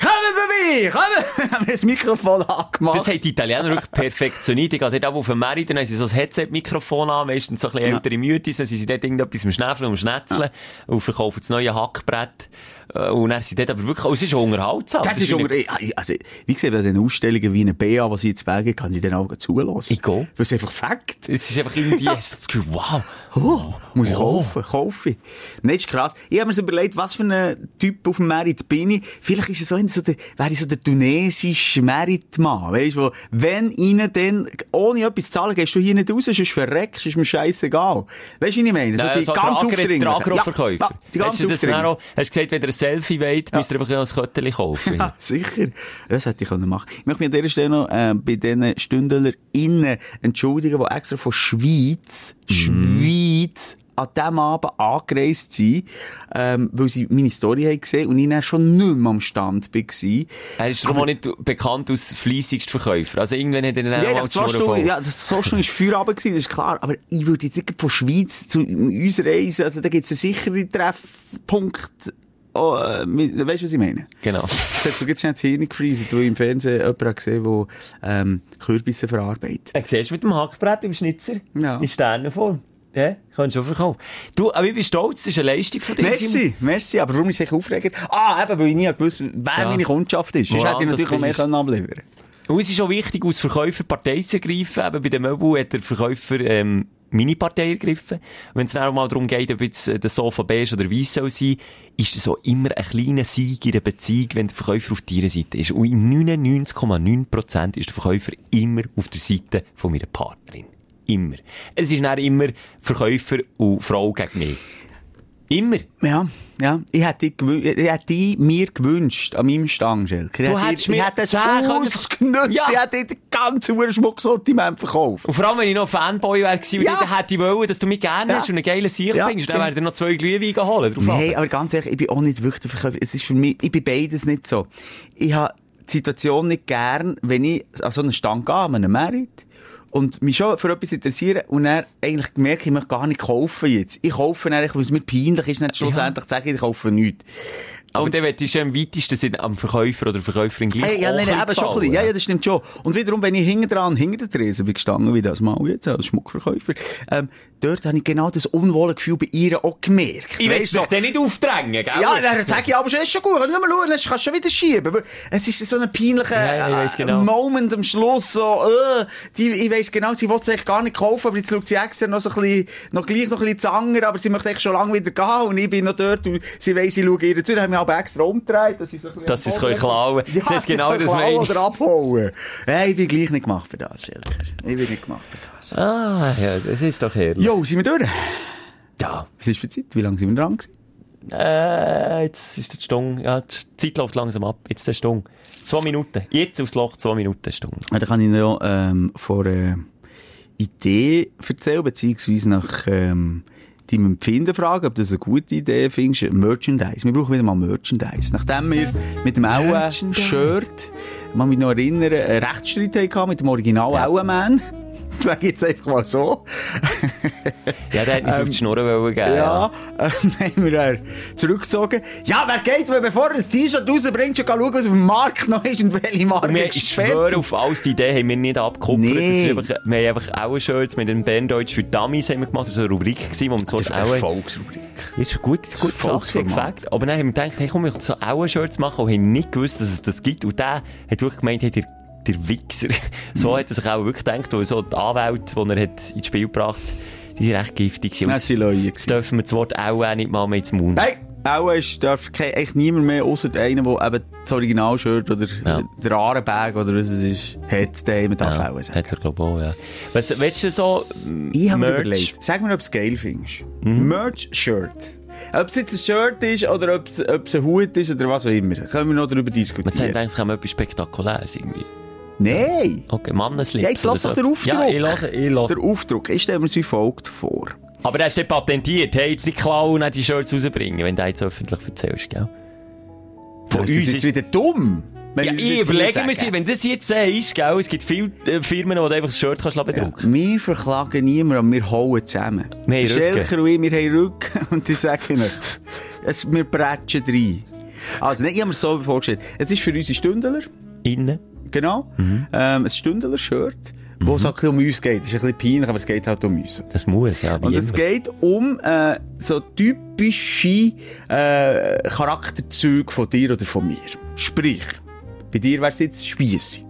Speaker 5: Kommen vorbei! Kommen! haben wir das Mikrofon angemacht.
Speaker 4: Das haben die Italiener wirklich perfektioniert. Ich gehe dort auch auf den Merit, dann haben sie so ein Headset-Mikrofon an, meistens so ein bisschen ältere Mütis, dann sind sie dort irgendetwas am Schnäfeln und am Schnetzeln und verkaufen das neue Hackbrett. Äh, Und dann sind dort aber wirklich, oh, es ist unterhaltsam.
Speaker 5: Das, ist unter,
Speaker 4: wie
Speaker 5: ich- ich- also, wie gesagt, bei den Ausstellungen wie eine BA, die sie jetzt wägen, kann ich dann auch zulassen.
Speaker 4: Ich geh.
Speaker 5: Weil es einfach Fakt.
Speaker 4: eine- Es ist einfach irgendwie, hast du das Gefühl, wow.
Speaker 5: Oh, muss ich
Speaker 4: Oh.
Speaker 5: kaufen, kaufe ich. Nein, ist krass. Ich habe mir so überlegt, was für ein Typ auf dem Merit bin ich. Vielleicht ist es so, ein- so der, wäre ich so der tunesische Merit-Mann. Weisst du, wo, wenn ihnen dann, ohne etwas zu zahlen, gehst du hier nicht raus, sonst verreckst, ist mir scheißegal. Weißt du, wie ich meine? So
Speaker 4: Nein,
Speaker 5: die
Speaker 4: so der
Speaker 5: ganz
Speaker 4: Agro-
Speaker 5: aufdringlichen.
Speaker 4: Der Agro-Verkäufer.
Speaker 5: ja, ja, die ganz
Speaker 4: hast du das
Speaker 5: aufdringlichen.
Speaker 4: dann auch, hast du gesagt, wenn ihr ein Selfie wollt, müsst ihr einfach noch ein Köttchen kaufen.
Speaker 5: Ja, sicher. Das hätte ich können machen Ich möchte mich an dieser Stelle noch äh, bei diesen StündlerInnen entschuldigen, die extra von Schweiz, Schweiz, an diesem Abend angereist sind, ähm, weil sie meine Story haben gesehen und ich dann schon nicht mehr am Stand war.
Speaker 4: Er ist darum auch nicht bekannt als fleissigster Verkäufer. Also irgendwann hat er dann
Speaker 5: Ja,
Speaker 4: auch
Speaker 5: nach
Speaker 4: mal die
Speaker 5: zwei
Speaker 4: Schnur voll.
Speaker 5: Stunden, ja, das- so schnell war Feierabend, gewesen, das ist klar. Aber ich würde jetzt nicht von Schweiz zu uns reisen, also da gibt es einen sicheren Treffpunkt. Oh, äh, mit- weißt du, was ich meine?
Speaker 4: Genau.
Speaker 5: Das hat sogar schnell das Hirn gefreezen, weil ich im Fernsehen jemanden habe gesehen der ähm, Kürbisse verarbeitet.
Speaker 4: Äh, Dann siehst du mit dem Hackbrett im Schnitzer,
Speaker 5: Ja.
Speaker 4: in Sternenform. Ja, kannst du schon verkaufen. Du, aber ich bin stolz, das ist eine Leistung von dir. Simon.
Speaker 5: Merci, merci. Aber warum ich sicher aufregen? Ah, eben, weil ich nie gewusst wer
Speaker 4: Ja.
Speaker 5: meine Kundschaft ist. Sonst
Speaker 4: Woran
Speaker 5: hätte ich natürlich
Speaker 4: das
Speaker 5: auch mehr
Speaker 4: liegt.
Speaker 5: können abliefern
Speaker 4: Und es ist auch wichtig, als Verkäufer Partei zu ergreifen. Eben bei dem Möbel hat der Verkäufer ähm, meine Partei ergriffen. Wenn es dann auch mal darum geht, ob jetzt äh, der Sofa beige oder weiss soll sein, ist das auch immer ein kleiner Sieg in einer Beziehung, wenn der Verkäufer auf deiner Seite ist. Und in 99,9% ist der Verkäufer immer auf der Seite von meiner Partnerin. Immer. Es ist dann immer Verkäufer und Frau gegen mich. Immer.
Speaker 5: Ja, ja. Ich hätte, dich gewü- ich hätte dich mir gewünscht an meinem Stang, Schelker.
Speaker 4: Du
Speaker 5: Ich hätte-
Speaker 4: hättest mir
Speaker 5: Ich hätte es
Speaker 4: zehn können-
Speaker 5: ausgenutzt.
Speaker 4: Ja.
Speaker 5: Ich hätte dir den ganzen Urschmucksortiment verkauft.
Speaker 4: Und vor allem, wenn ich noch Fanboy wäre gewesen,
Speaker 5: Ja.
Speaker 4: ja. dann hätte ich wollen, dass du mich gerne
Speaker 5: Ja.
Speaker 4: hast und einen geilen Sieg
Speaker 5: Ja.
Speaker 4: bringst. Dann wäre dir noch zwei Glühwein geholt. drauf ab.
Speaker 5: Nein, aber ganz ehrlich, ich bin auch nicht wirklich der Verkäufer. Es ist für mich, ich bin beides nicht so. Ich habe die Situation nicht gern, wenn ich an so einen Stand gehe, an einen Merit, und mich schon für etwas interessiere und dann eigentlich merke, ich möchte gar nicht kaufen jetzt. Ich kaufe eigentlich, weil es mir peinlich ist, nicht schlussendlich zu sagen, ich kaufe nichts.
Speaker 4: Aber dann möchtest du am weitesten sind am Verkäufer oder Verkäuferin gleich
Speaker 5: Hey, ja,
Speaker 4: auch
Speaker 5: nein, nein, eben schon ein bisschen. Ja, ja, das stimmt schon. Und wiederum, wenn ich hinten dran, hinter der Tresen bin gestanden, wie das mal jetzt, als Schmuckverkäufer, ähm, dort habe ich genau das unwohle Gefühl bei ihr auch gemerkt.
Speaker 4: Ich will
Speaker 5: Weißt,
Speaker 4: dich dann nicht aufdrängen, gell?
Speaker 5: Ja, dann sag ich, aber es ist schon gut, kannst nur mal schauen, dann kannst du schon wieder schieben. Aber es ist so ein peinlicher
Speaker 4: Ja, ich weiss
Speaker 5: äh,
Speaker 4: genau.
Speaker 5: Moment am Schluss, so, äh, die, ich weiss genau, sie wollte es eigentlich gar nicht kaufen, aber jetzt schaut sie extra noch so ein bisschen, noch gleich noch ein bisschen zanger, aber sie möchte eigentlich schon lange wieder gehen und ich bin noch dort und sie weiss, ich schaue ihr zu, dann haben wir aber extra umgedreht, dass sie so ein bisschen
Speaker 4: Dass sie es
Speaker 5: am Boden-
Speaker 4: können klauen.
Speaker 5: Ja,
Speaker 4: Siehst du,
Speaker 5: sie
Speaker 4: genau
Speaker 5: können
Speaker 4: das
Speaker 5: klauen
Speaker 4: meine ich.
Speaker 5: oder abholen. Hey, ich bin gleich nicht gemacht für das, ehrlich. Ich bin nicht gemacht für das.
Speaker 4: Ah, ja, das ist doch herrlich.
Speaker 5: Jo, sind wir durch?
Speaker 4: Ja.
Speaker 5: Was ist für die Zeit? Wie lange sind wir dran gewesen?
Speaker 4: Äh, jetzt ist die Stunde, ja, die Zeit läuft langsam ab. Jetzt ist die Stunde. Zwei Minuten. Jetzt aufs Loch, zwei Minuten Stunde.
Speaker 5: Ja, da kann ich noch ähm, von einer Idee erzählen, beziehungsweise nach ähm, deinem Empfinden fragen, ob du das eine gute Idee findest. Merchandise. Wir brauchen wieder mal Merchandise. Nachdem wir mit dem Auen-Shirt, man mich noch erinnern, einen Rechtsstreit hatten mit dem Original Auen-Man. Sag ich jetzt einfach mal so.
Speaker 4: Ja, der hat uns auf die Schnur wollen geben.
Speaker 5: Ähm, Ja, ähm, haben wir dann zurückgezogen. Ja, wer geht, weil bevor er das T-Shirt rausbringt, schon schauen, was auf dem Markt noch ist und welche Marke
Speaker 4: Und wir, ich
Speaker 5: gesperrt
Speaker 4: schwöre auf alles, die Idee haben wir nicht abgekupfert.
Speaker 5: Nee.
Speaker 4: Das ist einfach, wir haben einfach auch Shirts mit dem Band Deutsch für Dummies haben wir gemacht. Das war eine Rubrik, gewesen, wo wir
Speaker 5: Das
Speaker 4: sonst
Speaker 5: ist eine
Speaker 4: auch...
Speaker 5: Erfolgsrubrik.
Speaker 4: Ja, ist gut, ist gut,
Speaker 5: Volksformat.
Speaker 4: Sache gefällt. Aber dann haben wir gedacht, hey, komm, ich will so auch Shirts machen und haben nicht gewusst, dass es das gibt. Und der hat wirklich gemeint, hey, der, der Wichser.
Speaker 5: Mhm.
Speaker 4: So hat er sich auch wirklich gedacht, weil so die Anwälte, die er hat ins Spiel gebracht die sind recht giftig gewesen. Und
Speaker 5: Das waren Leute.
Speaker 4: Jetzt dürfen wir das Wort auch, auch nicht mal mehr ins Mund.
Speaker 5: Hey, auch ist, darf kein, echt niemand mehr, außer der eine, der eben das Original-Shirt oder
Speaker 4: Ja.
Speaker 5: der Ahrenbag oder was es ist, hat, der immer darf
Speaker 4: ja,
Speaker 5: auch sagen.
Speaker 4: hat er, glaube ich, auch, ja. Was, willst du so mm,
Speaker 5: Ich habe mir
Speaker 4: Merch? Mhm.
Speaker 5: überlegt, sag mir, ob du es geil findest. Merch-Shirt. Ob es jetzt ein Shirt ist oder ob es, ob es ein Hut ist oder was auch immer. Können wir noch darüber
Speaker 4: Man sagt,
Speaker 5: diskutieren.
Speaker 4: eigentlich, es kommt etwas Spektakuläres irgendwie.
Speaker 5: Nein!
Speaker 4: Okay, Mannenslips.
Speaker 5: Ja, jetzt
Speaker 4: oder
Speaker 5: lass doch
Speaker 4: so.
Speaker 5: den Aufdruck.
Speaker 4: Ja, ich lasse, ich lasse.
Speaker 5: Der Aufdruck, ich stelle mir es wie folgt vor.
Speaker 4: Aber der ist nicht patentiert. Hey, jetzt nicht klauen und dann die Shirts rausbringen, wenn du jetzt öffentlich erzählst, gell? Von
Speaker 5: Ist
Speaker 4: uns
Speaker 5: das jetzt
Speaker 4: ist-
Speaker 5: wieder dumm? wenn
Speaker 4: Ja,
Speaker 5: wir das
Speaker 4: ich
Speaker 5: jetzt
Speaker 4: überlege
Speaker 5: hier
Speaker 4: mir,
Speaker 5: sagen.
Speaker 4: sie, wenn du das jetzt sagst, gell, es gibt viele äh, Firmen, wo du einfach das Shirt kannst lassen bedrucken
Speaker 5: Wir verklagen niemanden, wir hauen zusammen.
Speaker 4: Wir haben
Speaker 5: Der Schelker und ich, wir haben Rücken und ich sage nicht. Es, wir bretschen rein. Also, nein, ich habe mir so vorgestellt. Es ist für uns ein Stündler,
Speaker 4: Innen.
Speaker 5: genau.
Speaker 4: Mhm.
Speaker 5: Ähm, ein Stündler-Shirt, wo es halt ein bisschen um uns geht. Es ist ein bisschen peinlich, aber es geht halt um uns.
Speaker 4: Das muss, ja. wie
Speaker 5: Und es
Speaker 4: immer.
Speaker 5: geht um äh, so typische äh, Charakterzüge von dir oder von mir. Sprich, bei dir wär's jetzt spießig.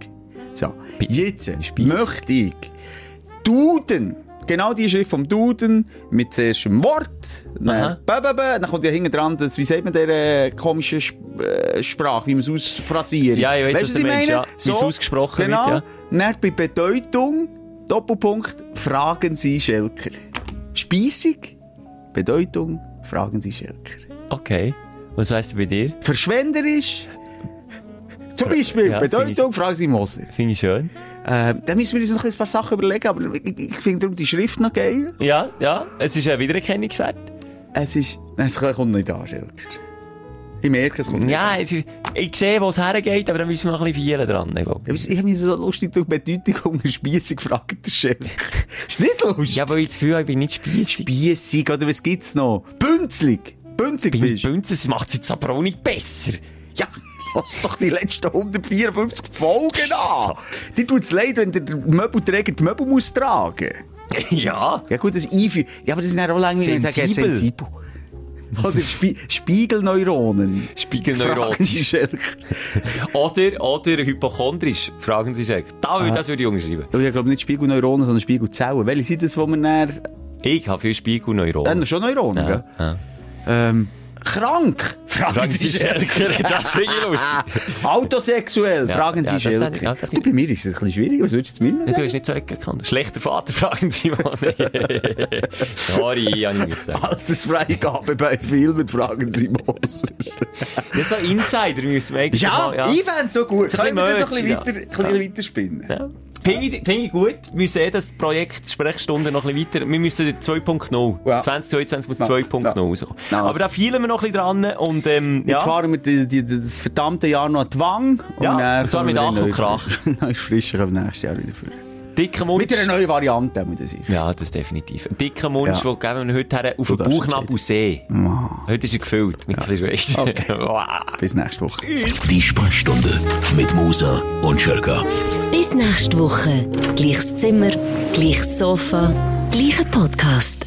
Speaker 5: So,
Speaker 4: Bei-
Speaker 5: jetzt
Speaker 4: Spiessig.
Speaker 5: möchte ich Duden, genau die Schrift vom Duden, mit zuerst dem Wort,
Speaker 4: Aha.
Speaker 5: dann, ba, ba, ba, dann kommt ja hinten dran, das, wie sagt man der äh, komische Sp äh, Sprache, wie man es ausfrasiert.
Speaker 4: Ja, ich weiss,
Speaker 5: Weisst
Speaker 4: was du meinst, ja. Wie es ausgesprochen
Speaker 5: genau,
Speaker 4: wird,
Speaker 5: Dann bei Bedeutung, Doppelpunkt, fragen Sie Schelker. Speisig, Bedeutung, fragen Sie Schelker.
Speaker 4: Okay. Was heisst das bei dir?
Speaker 5: Verschwenderisch, zum Beispiel,
Speaker 4: Ja, finde ich-
Speaker 5: Bedeutung, fragen Sie Moser.
Speaker 4: Finde ich schön.
Speaker 5: Äh, da müssen wir uns noch ein paar Sachen überlegen, aber ich, ich finde darum die Schrift noch geil.
Speaker 4: Ja, ja. Es ist ein Wiedererkennungswert.
Speaker 5: Es ist, es kommt nicht an, Schelker. Ich merke, es kommt nicht
Speaker 4: Ja,
Speaker 5: an.
Speaker 4: es ist, ich sehe, wo es hergeht, aber dann müssen wir noch ein bisschen vielen dran, ich glaube.
Speaker 5: Ich habe mich so lustig durch die Bedeutung und Spießig gefragt, der Schelker. Ist nicht lustig?
Speaker 4: Ja, weil ich das Gefühl habe, ich bin nicht spießig.
Speaker 5: Biessig, oder was gibt's noch? Bünzlig! Bünzlig
Speaker 4: bin ich
Speaker 5: bist du.
Speaker 4: Bünzen, das macht es jetzt aber auch nicht besser.
Speaker 5: Ja, lass doch die letzten 154 Folgen an! Dir tut's leid, wenn der Möbelträger die Möbel muss tragen.
Speaker 4: ja.
Speaker 5: Ja gut, das Einführen. Ja, aber das ist dann auch langweilig. wenn ich sage, ja,
Speaker 4: Sensibel.
Speaker 5: sensibel. Oder Spie Spiegelneuronen. Fragen Sie
Speaker 4: Spiegelneurotisch.
Speaker 5: Schelk.
Speaker 4: Oder, oder hypochondrisch. Fragen Sie sich. Da würde, das würde ich umschreiben.
Speaker 5: Ja, Ich glaube nicht Spiegelneuronen, sondern Spiegelzellen. Welche sind das, wo man dann...
Speaker 4: Ich habe viel Spiegelneuronen.
Speaker 5: Dann schon Neuronen, gell?
Speaker 4: Oh. ja.
Speaker 5: Ähm, krank! Fragen
Speaker 4: Fragen
Speaker 5: Sie
Speaker 4: Sie
Speaker 5: Schelk.
Speaker 4: Schelker. Das finde ich lustig.
Speaker 5: Autosexuell,
Speaker 4: Ja,
Speaker 5: fragen
Speaker 4: ja,
Speaker 5: Sie
Speaker 4: das wär-
Speaker 5: Schelk.
Speaker 4: ja, das wär-
Speaker 5: du, bei mir ist es ein bisschen schwierig. Was würdest du jetzt mir
Speaker 4: Du
Speaker 5: sagen?
Speaker 4: hast nicht so gekannt. Schlechter Vater, fragen Sie mal. Sorry, ich habe nicht gesagt.
Speaker 5: Altersfreigabe bei Filmen, fragen Sie Moser.
Speaker 4: Ja, so Insider müssen wir eigentlich
Speaker 5: ja,
Speaker 4: mal...
Speaker 5: ich fände es so gut.
Speaker 4: So ein
Speaker 5: Können wir das
Speaker 4: bisschen
Speaker 5: ein bisschen weiter, ein bisschen weiterspinnen?
Speaker 4: Ja. Finde ich, finde ich gut. Wir sehen das Projekt Sprechstunde noch ein bisschen weiter. Wir müssen den 2.0.
Speaker 5: Ja.
Speaker 4: 2022 muss
Speaker 5: Ja.
Speaker 4: 2.0
Speaker 5: Ja.
Speaker 4: rauskommen.
Speaker 5: Ja.
Speaker 4: Aber da fielen wir noch ein bisschen dran. Und, ähm,
Speaker 5: Jetzt
Speaker 4: ja.
Speaker 5: fahren wir die, die, die, das verdammte Jahr noch an die Wang.
Speaker 4: Ja,
Speaker 5: dann
Speaker 4: und zwar mit
Speaker 5: kommen wir
Speaker 4: Ach und
Speaker 5: neu-
Speaker 4: Krach.
Speaker 5: Neu frisch, ich nächstes Jahr wieder führen.
Speaker 4: Dicker Mund.
Speaker 5: Mit einer neuen Variante, muss ich sagen.
Speaker 4: Ja, das definitiv. Ein dicker Mund,
Speaker 5: Ja.
Speaker 4: den geben wir heute her auf
Speaker 5: Du
Speaker 4: den
Speaker 5: darfst
Speaker 4: Bauchnabel sehen. Heute ist er gefüllt mit ein bisschen Schweiß. Wow.
Speaker 5: Bis nächste Woche.
Speaker 3: Die Sprechstunde mit Musa und Schelka.
Speaker 2: Bis nächste Woche. Gleiches Zimmer, gleiches Sofa, gleicher Podcast.